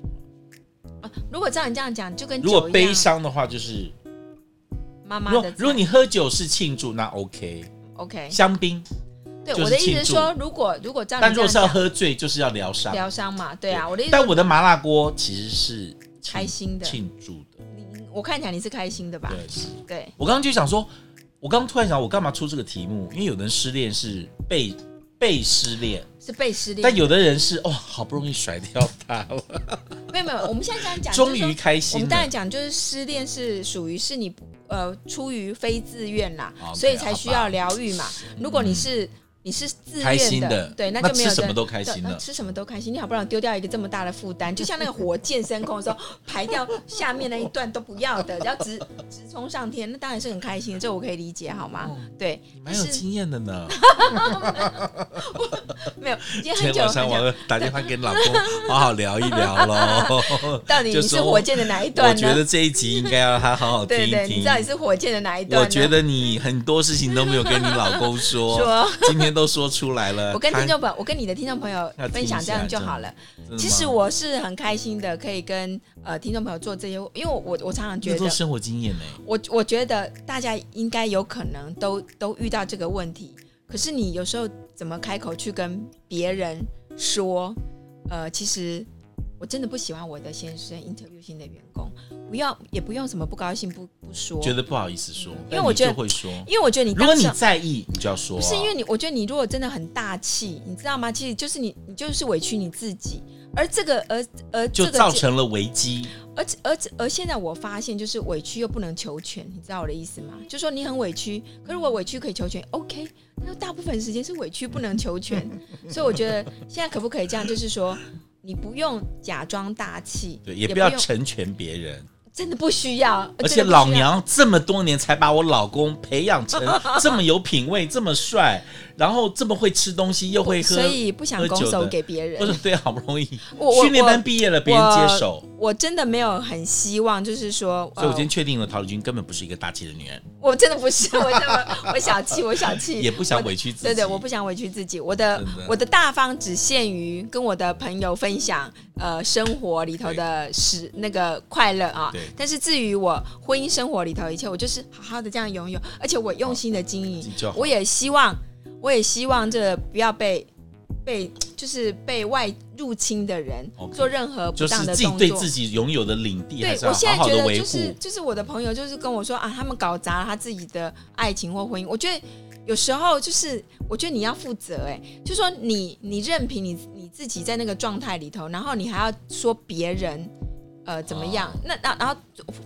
[SPEAKER 2] 啊，如果照你这样讲，就跟
[SPEAKER 1] 如果
[SPEAKER 2] 酒一样
[SPEAKER 1] 悲伤的话，就是
[SPEAKER 2] 妈妈
[SPEAKER 1] 如
[SPEAKER 2] 的
[SPEAKER 1] 果
[SPEAKER 2] 菜，
[SPEAKER 1] 如果你喝酒是庆祝，那 OK，
[SPEAKER 2] OK，
[SPEAKER 1] 香槟。
[SPEAKER 2] 对
[SPEAKER 1] 就是
[SPEAKER 2] 我的意思
[SPEAKER 1] 庆
[SPEAKER 2] 是
[SPEAKER 1] 祝
[SPEAKER 2] 说，如果如果照
[SPEAKER 1] 但
[SPEAKER 2] 你
[SPEAKER 1] 如果
[SPEAKER 2] 这样
[SPEAKER 1] 是要
[SPEAKER 2] 讲，
[SPEAKER 1] 喝醉，就是要疗伤。
[SPEAKER 2] 疗伤嘛，对啊，我的意思
[SPEAKER 1] 但
[SPEAKER 2] 说
[SPEAKER 1] 我的麻辣锅其实是庆
[SPEAKER 2] 开心的
[SPEAKER 1] 庆祝的，
[SPEAKER 2] 你，我看起来你是开心的吧？
[SPEAKER 1] 对，是。
[SPEAKER 2] 对，
[SPEAKER 1] 我刚刚就想说，我刚刚突然想，我干嘛出这个题目？因为有的人失恋是被被失恋，
[SPEAKER 2] 是被失恋，
[SPEAKER 1] 但有的人是哦，好不容易甩掉他了，
[SPEAKER 2] 没有没有，我们现在这样讲，
[SPEAKER 1] 终
[SPEAKER 2] 就是
[SPEAKER 1] 于
[SPEAKER 2] 说
[SPEAKER 1] 开
[SPEAKER 2] 我
[SPEAKER 1] 心
[SPEAKER 2] 们当然
[SPEAKER 1] 了。
[SPEAKER 2] 讲，就是失恋是属于是你呃出于非自愿啦
[SPEAKER 1] OK，
[SPEAKER 2] 所以才需
[SPEAKER 1] 哦好
[SPEAKER 2] 要
[SPEAKER 1] 吧嗯
[SPEAKER 2] 疗愈嘛。如果你是你是自
[SPEAKER 1] 开心
[SPEAKER 2] 愿
[SPEAKER 1] 的
[SPEAKER 2] 对，那
[SPEAKER 1] 那
[SPEAKER 2] 就没
[SPEAKER 1] 吃
[SPEAKER 2] 有
[SPEAKER 1] 什
[SPEAKER 2] 的
[SPEAKER 1] 么都开心
[SPEAKER 2] 对
[SPEAKER 1] 了
[SPEAKER 2] 那吃什么都开心。你好不容易丢掉一个这么大的负担，就像那个火箭升空的时候，哦排掉下面那一段都不要的，要直 直冲上天，那当然是很开心的，这我可以理解，好吗？
[SPEAKER 1] 哦
[SPEAKER 2] 对，
[SPEAKER 1] 你蛮有
[SPEAKER 2] 就是
[SPEAKER 1] 经验的 呢。
[SPEAKER 2] 没有，已经
[SPEAKER 1] 今天
[SPEAKER 2] 很久
[SPEAKER 1] 晚
[SPEAKER 2] 很
[SPEAKER 1] 上
[SPEAKER 2] 久，
[SPEAKER 1] 我打电话给老公，好好聊一聊喽。
[SPEAKER 2] 到底
[SPEAKER 1] 就
[SPEAKER 2] 你是
[SPEAKER 1] 说
[SPEAKER 2] 火箭的 哪一
[SPEAKER 1] 我
[SPEAKER 2] 段
[SPEAKER 1] 觉
[SPEAKER 2] 呢？
[SPEAKER 1] 得这一集应该要他好好听
[SPEAKER 2] 对
[SPEAKER 1] 一
[SPEAKER 2] 对，你
[SPEAKER 1] 听
[SPEAKER 2] 知道。你是火箭的哪一段
[SPEAKER 1] 我
[SPEAKER 2] 呢？
[SPEAKER 1] 觉得你很多事情都没有跟你老公说，
[SPEAKER 2] 说。
[SPEAKER 1] 今天都说出来了。
[SPEAKER 2] 我跟
[SPEAKER 1] 呃他嗯
[SPEAKER 2] 听众朋友，我跟你的听众朋友
[SPEAKER 1] 要听
[SPEAKER 2] 分
[SPEAKER 1] 一
[SPEAKER 2] 享
[SPEAKER 1] 下
[SPEAKER 2] 这样就
[SPEAKER 1] 真的
[SPEAKER 2] 好了。
[SPEAKER 1] 真嗯的吗
[SPEAKER 2] 其实我是很开心的，可以跟呃听众朋友做这些，因为我我我常常
[SPEAKER 1] 你
[SPEAKER 2] 觉
[SPEAKER 1] 做
[SPEAKER 2] 得，
[SPEAKER 1] 生活经验呢，
[SPEAKER 2] 我我觉得大家应该有可能都都遇到这个问题，可是你有时候怎么开口去跟别人说，呃，其实我真的不喜欢我的先生 interview 新的员工，不要也不用什么不高兴不不说，
[SPEAKER 1] 觉得不好意思说，
[SPEAKER 2] 因为
[SPEAKER 1] 但
[SPEAKER 2] 我
[SPEAKER 1] 你
[SPEAKER 2] 觉
[SPEAKER 1] 就
[SPEAKER 2] 得
[SPEAKER 1] 会说。
[SPEAKER 2] 因为我觉得你
[SPEAKER 1] 如果
[SPEAKER 2] 当
[SPEAKER 1] 你
[SPEAKER 2] 时
[SPEAKER 1] 在意，你就要说、啊。
[SPEAKER 2] 不是因为你，我觉得你如果真的很大气，你知道吗？其实就是你，你就是委屈你自己，而这个，而而
[SPEAKER 1] 就
[SPEAKER 2] 这个
[SPEAKER 1] 造成了危机，
[SPEAKER 2] 而而而现在我发现，就是委屈又不能求全，你知道我的意思吗？就说你很委屈，可是我委屈可以求全，OK。那大部分时间是委屈不能 求全，所以我觉得现在可不可以这样，就是说你不用假装大气，
[SPEAKER 1] 对，也
[SPEAKER 2] 不
[SPEAKER 1] 不要
[SPEAKER 2] 用
[SPEAKER 1] 成全别人。
[SPEAKER 2] 真的不需要，
[SPEAKER 1] 而且
[SPEAKER 2] 真的不需要
[SPEAKER 1] 老娘这么多年才把我老公培养 成这么有品味、这么帅，然后这么会吃东西，又会喝
[SPEAKER 2] 所，以不想
[SPEAKER 1] 喝
[SPEAKER 2] 拱
[SPEAKER 1] 酒
[SPEAKER 2] 手
[SPEAKER 1] 的
[SPEAKER 2] 给别人
[SPEAKER 1] 或。者对，好不容易
[SPEAKER 2] 我我
[SPEAKER 1] 训练班
[SPEAKER 2] 我
[SPEAKER 1] 毕业了，别人接手。
[SPEAKER 2] 我真的没有很希望，就是说，
[SPEAKER 1] 所以我
[SPEAKER 2] 呃
[SPEAKER 1] 今天确定了，陶丽君根本不是一个大气的女人，
[SPEAKER 2] 我真的 不是，我真的我小气，嗯我小气，
[SPEAKER 1] 也不想委
[SPEAKER 2] 屈
[SPEAKER 1] 屈自己。
[SPEAKER 2] 对对，我不想委屈自己。我的
[SPEAKER 1] 真的
[SPEAKER 2] 我的大方只限于跟我的朋友分享，呃，生活里头的时那个快乐啊
[SPEAKER 1] 对。
[SPEAKER 2] 但是至于我婚姻生活里头一切，我就是好好的这样拥有，而且我用心的经营
[SPEAKER 1] 就好。
[SPEAKER 2] 我也希望，我也希望这不要被被就是被外入侵的人
[SPEAKER 1] OK
[SPEAKER 2] 做任何不
[SPEAKER 1] 就是
[SPEAKER 2] 当的
[SPEAKER 1] 自己
[SPEAKER 2] 动
[SPEAKER 1] 对
[SPEAKER 2] 作。
[SPEAKER 1] 自己拥有的领地，还
[SPEAKER 2] 对
[SPEAKER 1] 是，要
[SPEAKER 2] 我现
[SPEAKER 1] 好
[SPEAKER 2] 在
[SPEAKER 1] 好
[SPEAKER 2] 觉
[SPEAKER 1] 的
[SPEAKER 2] 得
[SPEAKER 1] 维
[SPEAKER 2] 就
[SPEAKER 1] 护
[SPEAKER 2] 是。就是我的朋友就是跟我说啊，他们搞砸了他自己的爱情或婚姻。我觉得有时候就是我觉得你要负责、哎，就说你你任凭你你自己在那个状态里头，然后你还要说别人。呃，怎么样？
[SPEAKER 1] 哦
[SPEAKER 2] 那那然后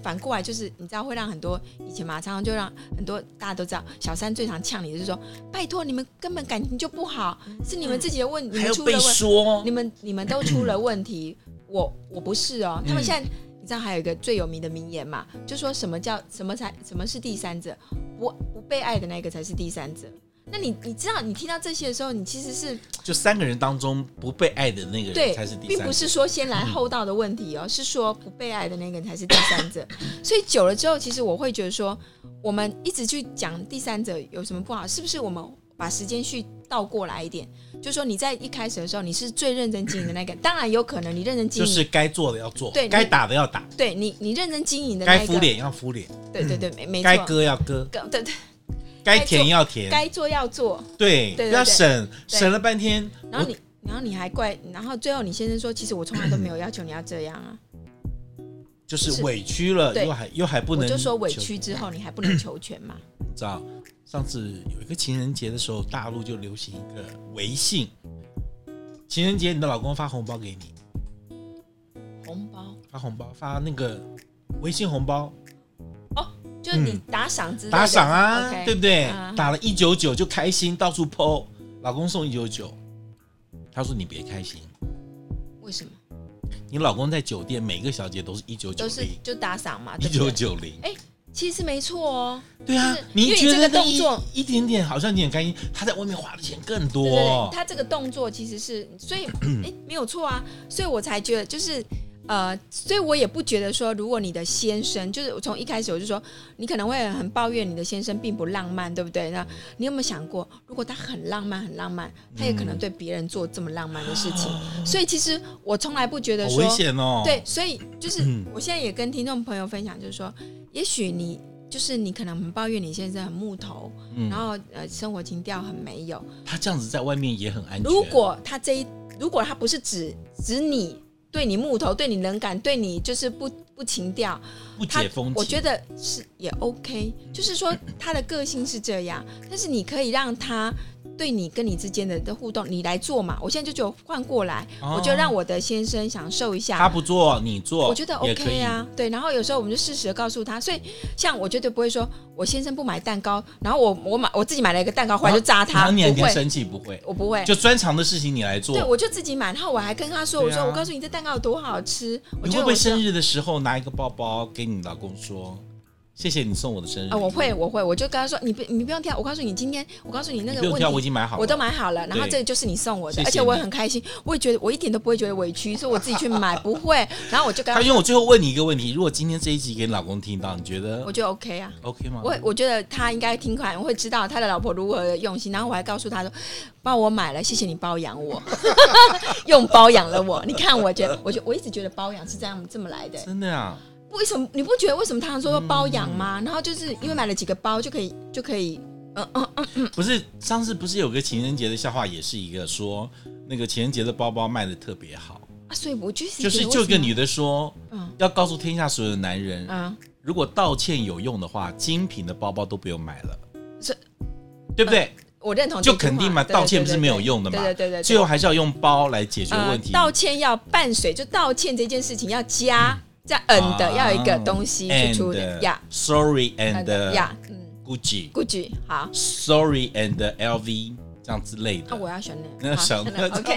[SPEAKER 2] 反过来就是，你知道会让很多以前嘛，常常就让很多大家都知道，小三最常呛你就是说，拜托你们根本感情就不好，是你们自己的问，你
[SPEAKER 1] 嗯还
[SPEAKER 2] 们
[SPEAKER 1] 要
[SPEAKER 2] 出了
[SPEAKER 1] 被
[SPEAKER 2] 问题
[SPEAKER 1] 说
[SPEAKER 2] 你们你们都出了问题，我我不是哦。他们现在、你知道还有一个最有名的名言嘛，就说什么叫什么才什么是第三者？不不被爱的那个才是第三者。那你你知道你听到这些的时候，你其实是
[SPEAKER 1] 就三个人当中不被爱的那个人
[SPEAKER 2] 对
[SPEAKER 1] 才是第，
[SPEAKER 2] 并
[SPEAKER 1] 三
[SPEAKER 2] 不
[SPEAKER 1] 个。
[SPEAKER 2] 是说先来后到的问题哦，是说不被爱的那个才是第三 者。所以久了之后，其实我会觉得说，我们一直去讲第三者有什么不好，是不是我们把时间去倒过来一点？就说你在一开始的时候，你是最认真经营的那个，当然有可能你认真经
[SPEAKER 1] 就
[SPEAKER 2] 营，
[SPEAKER 1] 是该做的要做，
[SPEAKER 2] 对
[SPEAKER 1] 该打的要打，
[SPEAKER 2] 对你你认真经营的那
[SPEAKER 1] 该
[SPEAKER 2] 一
[SPEAKER 1] 敷
[SPEAKER 2] 个，
[SPEAKER 1] 脸要敷脸，
[SPEAKER 2] 对对对，没没
[SPEAKER 1] 该
[SPEAKER 2] 错，
[SPEAKER 1] 割要割，
[SPEAKER 2] 该对对，
[SPEAKER 1] 该甜要甜，
[SPEAKER 2] 该做要做，
[SPEAKER 1] 对，
[SPEAKER 2] 对对
[SPEAKER 1] 不要
[SPEAKER 2] 对
[SPEAKER 1] 省，
[SPEAKER 2] 对
[SPEAKER 1] 省了半天，
[SPEAKER 2] 然后
[SPEAKER 1] 我
[SPEAKER 2] 你。然后你还怪，然后最后你先生说，其实我从来都没有要求你要这样啊，
[SPEAKER 1] 就是
[SPEAKER 2] 是
[SPEAKER 1] 委屈了，
[SPEAKER 2] 对
[SPEAKER 1] 又还又还不
[SPEAKER 2] 我
[SPEAKER 1] 能，
[SPEAKER 2] 就说委，屈之后你还不能求全嘛，
[SPEAKER 1] 你知道？上次有一个情人节的时候，大陆就流行一个微信，情人节你的老公发红包给你，
[SPEAKER 2] 红包。
[SPEAKER 1] 发红包发那个微信红包
[SPEAKER 2] 就是你嗯打赏之类的
[SPEAKER 1] 打赏啊
[SPEAKER 2] OK
[SPEAKER 1] 对不对？
[SPEAKER 2] 啊
[SPEAKER 1] 打了一九九就开心，到处剖，老公送一九九，他说你别开心，
[SPEAKER 2] 为什么
[SPEAKER 1] 你老公在酒店每个小姐都是一九九
[SPEAKER 2] 都是
[SPEAKER 1] 零，
[SPEAKER 2] 就打赏嘛？
[SPEAKER 1] 一
[SPEAKER 2] 啊对不
[SPEAKER 1] 九
[SPEAKER 2] 对？
[SPEAKER 1] 九零。
[SPEAKER 2] 其实没错哦，
[SPEAKER 1] 对啊
[SPEAKER 2] 就是，因
[SPEAKER 1] 你
[SPEAKER 2] 为
[SPEAKER 1] 觉
[SPEAKER 2] 这
[SPEAKER 1] 得
[SPEAKER 2] 个
[SPEAKER 1] 那
[SPEAKER 2] 动
[SPEAKER 1] 一
[SPEAKER 2] 作
[SPEAKER 1] 一点点好像你很开心，他在外面花的钱更
[SPEAKER 2] 对对对
[SPEAKER 1] 多，。
[SPEAKER 2] 他这个动作其实是，所以 哎哦没有错啊，所以我才觉得就是。呃，所以我也不觉得说，如果你的先生，就是我从一开始我就说，你可能会很抱怨你的先生并不浪漫，对不对？那你有没有想过，如果他很浪漫，很浪漫，他也可能对别人做这么浪漫的事情。所以其实哦我从来不觉得
[SPEAKER 1] 好
[SPEAKER 2] 说
[SPEAKER 1] 危，险哦！
[SPEAKER 2] 对，，所以就是
[SPEAKER 1] 嗯
[SPEAKER 2] 我现在也跟听众朋友分享，就是说，也许你就是你可能很抱怨你现在很木头，
[SPEAKER 1] 嗯
[SPEAKER 2] 然后呃生活情调很没有。
[SPEAKER 1] 他这样子在外面也很安全。
[SPEAKER 2] 如果他这一，如果他不是指指你对你木头，对你冷感，对你就是不不情调，
[SPEAKER 1] 不
[SPEAKER 2] 他
[SPEAKER 1] 解风情，
[SPEAKER 2] 我觉得是也 OK，就是说他的个性是这样，但是你可以让他对你跟你之间的的互动，你来做嘛。我现在就就换过来，
[SPEAKER 1] 哦
[SPEAKER 2] 我就让我的先生享受一下。
[SPEAKER 1] 他不做，你做，
[SPEAKER 2] 我觉得
[SPEAKER 1] 也可
[SPEAKER 2] OK
[SPEAKER 1] 以。
[SPEAKER 2] 啊，对。然后有时候我们就适时的告诉他，所以像我绝对不会说我先生不买蛋糕，然后我我买我自己买了一个蛋糕回来就炸
[SPEAKER 1] 然
[SPEAKER 2] 他，
[SPEAKER 1] 后你还
[SPEAKER 2] 不
[SPEAKER 1] 挺
[SPEAKER 2] 会，
[SPEAKER 1] 哦生气，不会？
[SPEAKER 2] 我不会。
[SPEAKER 1] 就专长的事情你来
[SPEAKER 2] 对，
[SPEAKER 1] 做。
[SPEAKER 2] 我就自己买，然后我还跟他说，我
[SPEAKER 1] 对啊
[SPEAKER 2] 说我告诉你这蛋糕有多好吃，我
[SPEAKER 1] 你
[SPEAKER 2] 觉
[SPEAKER 1] 会
[SPEAKER 2] 得
[SPEAKER 1] 不
[SPEAKER 2] 我
[SPEAKER 1] 会
[SPEAKER 2] 是
[SPEAKER 1] 生日的时候拿一个包包给你老公说：“谢谢你送我的生日礼物
[SPEAKER 2] 啊，我会我会，我就跟他说你不你不用挑，我告诉你今天我告诉你那
[SPEAKER 1] 你
[SPEAKER 2] 个
[SPEAKER 1] 不用
[SPEAKER 2] 问
[SPEAKER 1] 挑，我已
[SPEAKER 2] 题。
[SPEAKER 1] 经买好了。”
[SPEAKER 2] 我都买好了，然后
[SPEAKER 1] 对
[SPEAKER 2] 这个就是你送我的，
[SPEAKER 1] 谢谢
[SPEAKER 2] 而且我也很开心，我也觉得我一点都不会觉得委屈，所以我自己去买不会，然后我就跟
[SPEAKER 1] 他
[SPEAKER 2] 他，
[SPEAKER 1] 因为我最后问你一个问题：如果今天这一集给你老公听到，你觉
[SPEAKER 2] 我
[SPEAKER 1] 得
[SPEAKER 2] 就 OK 啊。
[SPEAKER 1] OK 吗？
[SPEAKER 2] 我我觉得他应该挺可爱，我会知道他的老婆如何的用心。然后我还告诉他说：“帮我买了，谢谢你包养我， 用包养了我。你看，我觉得，我觉我一直觉得包养是这样这么来的。
[SPEAKER 1] 真的啊，
[SPEAKER 2] 为什么你不觉得为什么常常说包养
[SPEAKER 1] 嗯
[SPEAKER 2] 吗？然后就是因为买了几个包就可以就可以，嗯嗯嗯，
[SPEAKER 1] 不是上次不是有个情人节的笑话，也是一个说那个情人节的包包卖的特别好，
[SPEAKER 2] 啊，所以我就是
[SPEAKER 1] 就是就一个女，的说，
[SPEAKER 2] 嗯
[SPEAKER 1] 要告诉天下所有的男人，
[SPEAKER 2] 嗯，
[SPEAKER 1] 如果道歉有用的话，精品的包包都不用买了，
[SPEAKER 2] 是
[SPEAKER 1] 对不对？
[SPEAKER 2] 我认同这句
[SPEAKER 1] 就
[SPEAKER 2] 话，
[SPEAKER 1] 肯定嘛，
[SPEAKER 2] 对
[SPEAKER 1] 道歉不是没有用的嘛，
[SPEAKER 2] 对对对对对对，
[SPEAKER 1] 最后还是要用包来解决问题。
[SPEAKER 2] 呃、道歉要伴随，就道歉这件事情要加加 and
[SPEAKER 1] 啊
[SPEAKER 2] 的，要有一个东西去出的呀
[SPEAKER 1] s o r r y
[SPEAKER 2] and
[SPEAKER 1] and
[SPEAKER 2] 呀，嗯
[SPEAKER 1] Gucci，Sorry
[SPEAKER 2] ，Gucci 好，
[SPEAKER 1] and LV 这样之类
[SPEAKER 2] 那
[SPEAKER 1] 的。
[SPEAKER 2] 啊我要选
[SPEAKER 1] 那
[SPEAKER 2] 那好
[SPEAKER 1] 想
[SPEAKER 2] 选那
[SPEAKER 1] 那
[SPEAKER 2] OK，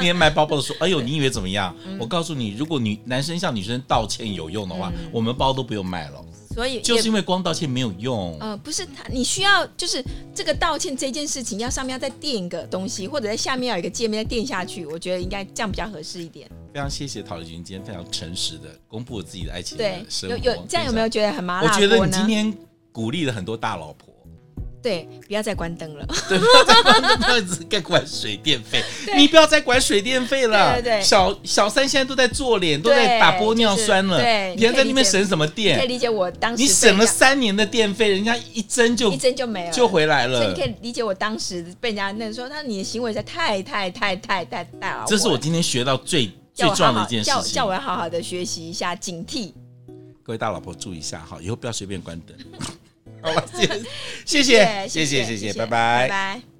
[SPEAKER 1] 你连买包包的说，哎呦，你以为怎么样？
[SPEAKER 2] 嗯
[SPEAKER 1] 我告诉你，如果女男生向女生道歉有用的话，我们包都不用卖了，
[SPEAKER 2] 所嗯以也
[SPEAKER 1] 就是因为光道歉没有用。
[SPEAKER 2] 呃，不是他，你需要就是这个道歉这件事情，要上面要再垫一个东西，或者在下面要有一个界面再垫下去，我觉得应该这样比较合适一点。
[SPEAKER 1] 非常谢谢陶丽君今天非常诚实的公布了自己的爱情
[SPEAKER 2] 对
[SPEAKER 1] 的，啊生活。啊
[SPEAKER 2] 有有这样有没有觉得很麻
[SPEAKER 1] 我
[SPEAKER 2] 辣
[SPEAKER 1] 觉得
[SPEAKER 2] 锅
[SPEAKER 1] 你今
[SPEAKER 2] 呢？
[SPEAKER 1] 天鼓励了很多大老婆，
[SPEAKER 2] 对，不要再关 灯了。
[SPEAKER 1] 对，不要再管不要一直在管水电费，
[SPEAKER 2] 对
[SPEAKER 1] 你不要再管水电费了。
[SPEAKER 2] 对对对
[SPEAKER 1] 小小三现在都在做脸，都在
[SPEAKER 2] 对
[SPEAKER 1] 打玻尿酸了，
[SPEAKER 2] 就是对
[SPEAKER 1] 你还
[SPEAKER 2] 你可以
[SPEAKER 1] 在那边
[SPEAKER 2] 理解
[SPEAKER 1] 省什么
[SPEAKER 2] 你可以
[SPEAKER 1] 电？
[SPEAKER 2] 理解我当时
[SPEAKER 1] 哎你省了
[SPEAKER 2] 被人
[SPEAKER 1] 三年的电费，人家一针
[SPEAKER 2] 家
[SPEAKER 1] 就
[SPEAKER 2] 一针就没了，
[SPEAKER 1] 就回来
[SPEAKER 2] 所以
[SPEAKER 1] 了
[SPEAKER 2] 你可。以理解我当时被人家那说，他你的行为实在太太太太太太了。
[SPEAKER 1] 这是我今天学到最最
[SPEAKER 2] 啊叫
[SPEAKER 1] 重要
[SPEAKER 2] 我好
[SPEAKER 1] 的
[SPEAKER 2] 好
[SPEAKER 1] 一件事
[SPEAKER 2] 叫
[SPEAKER 1] 情
[SPEAKER 2] 叫。我要好好的学习一下警惕。
[SPEAKER 1] 各位大老婆注意一下哈，以后不要随便关灯。好了，谢谢谢谢谢谢谢谢，拜拜
[SPEAKER 2] 拜。拜。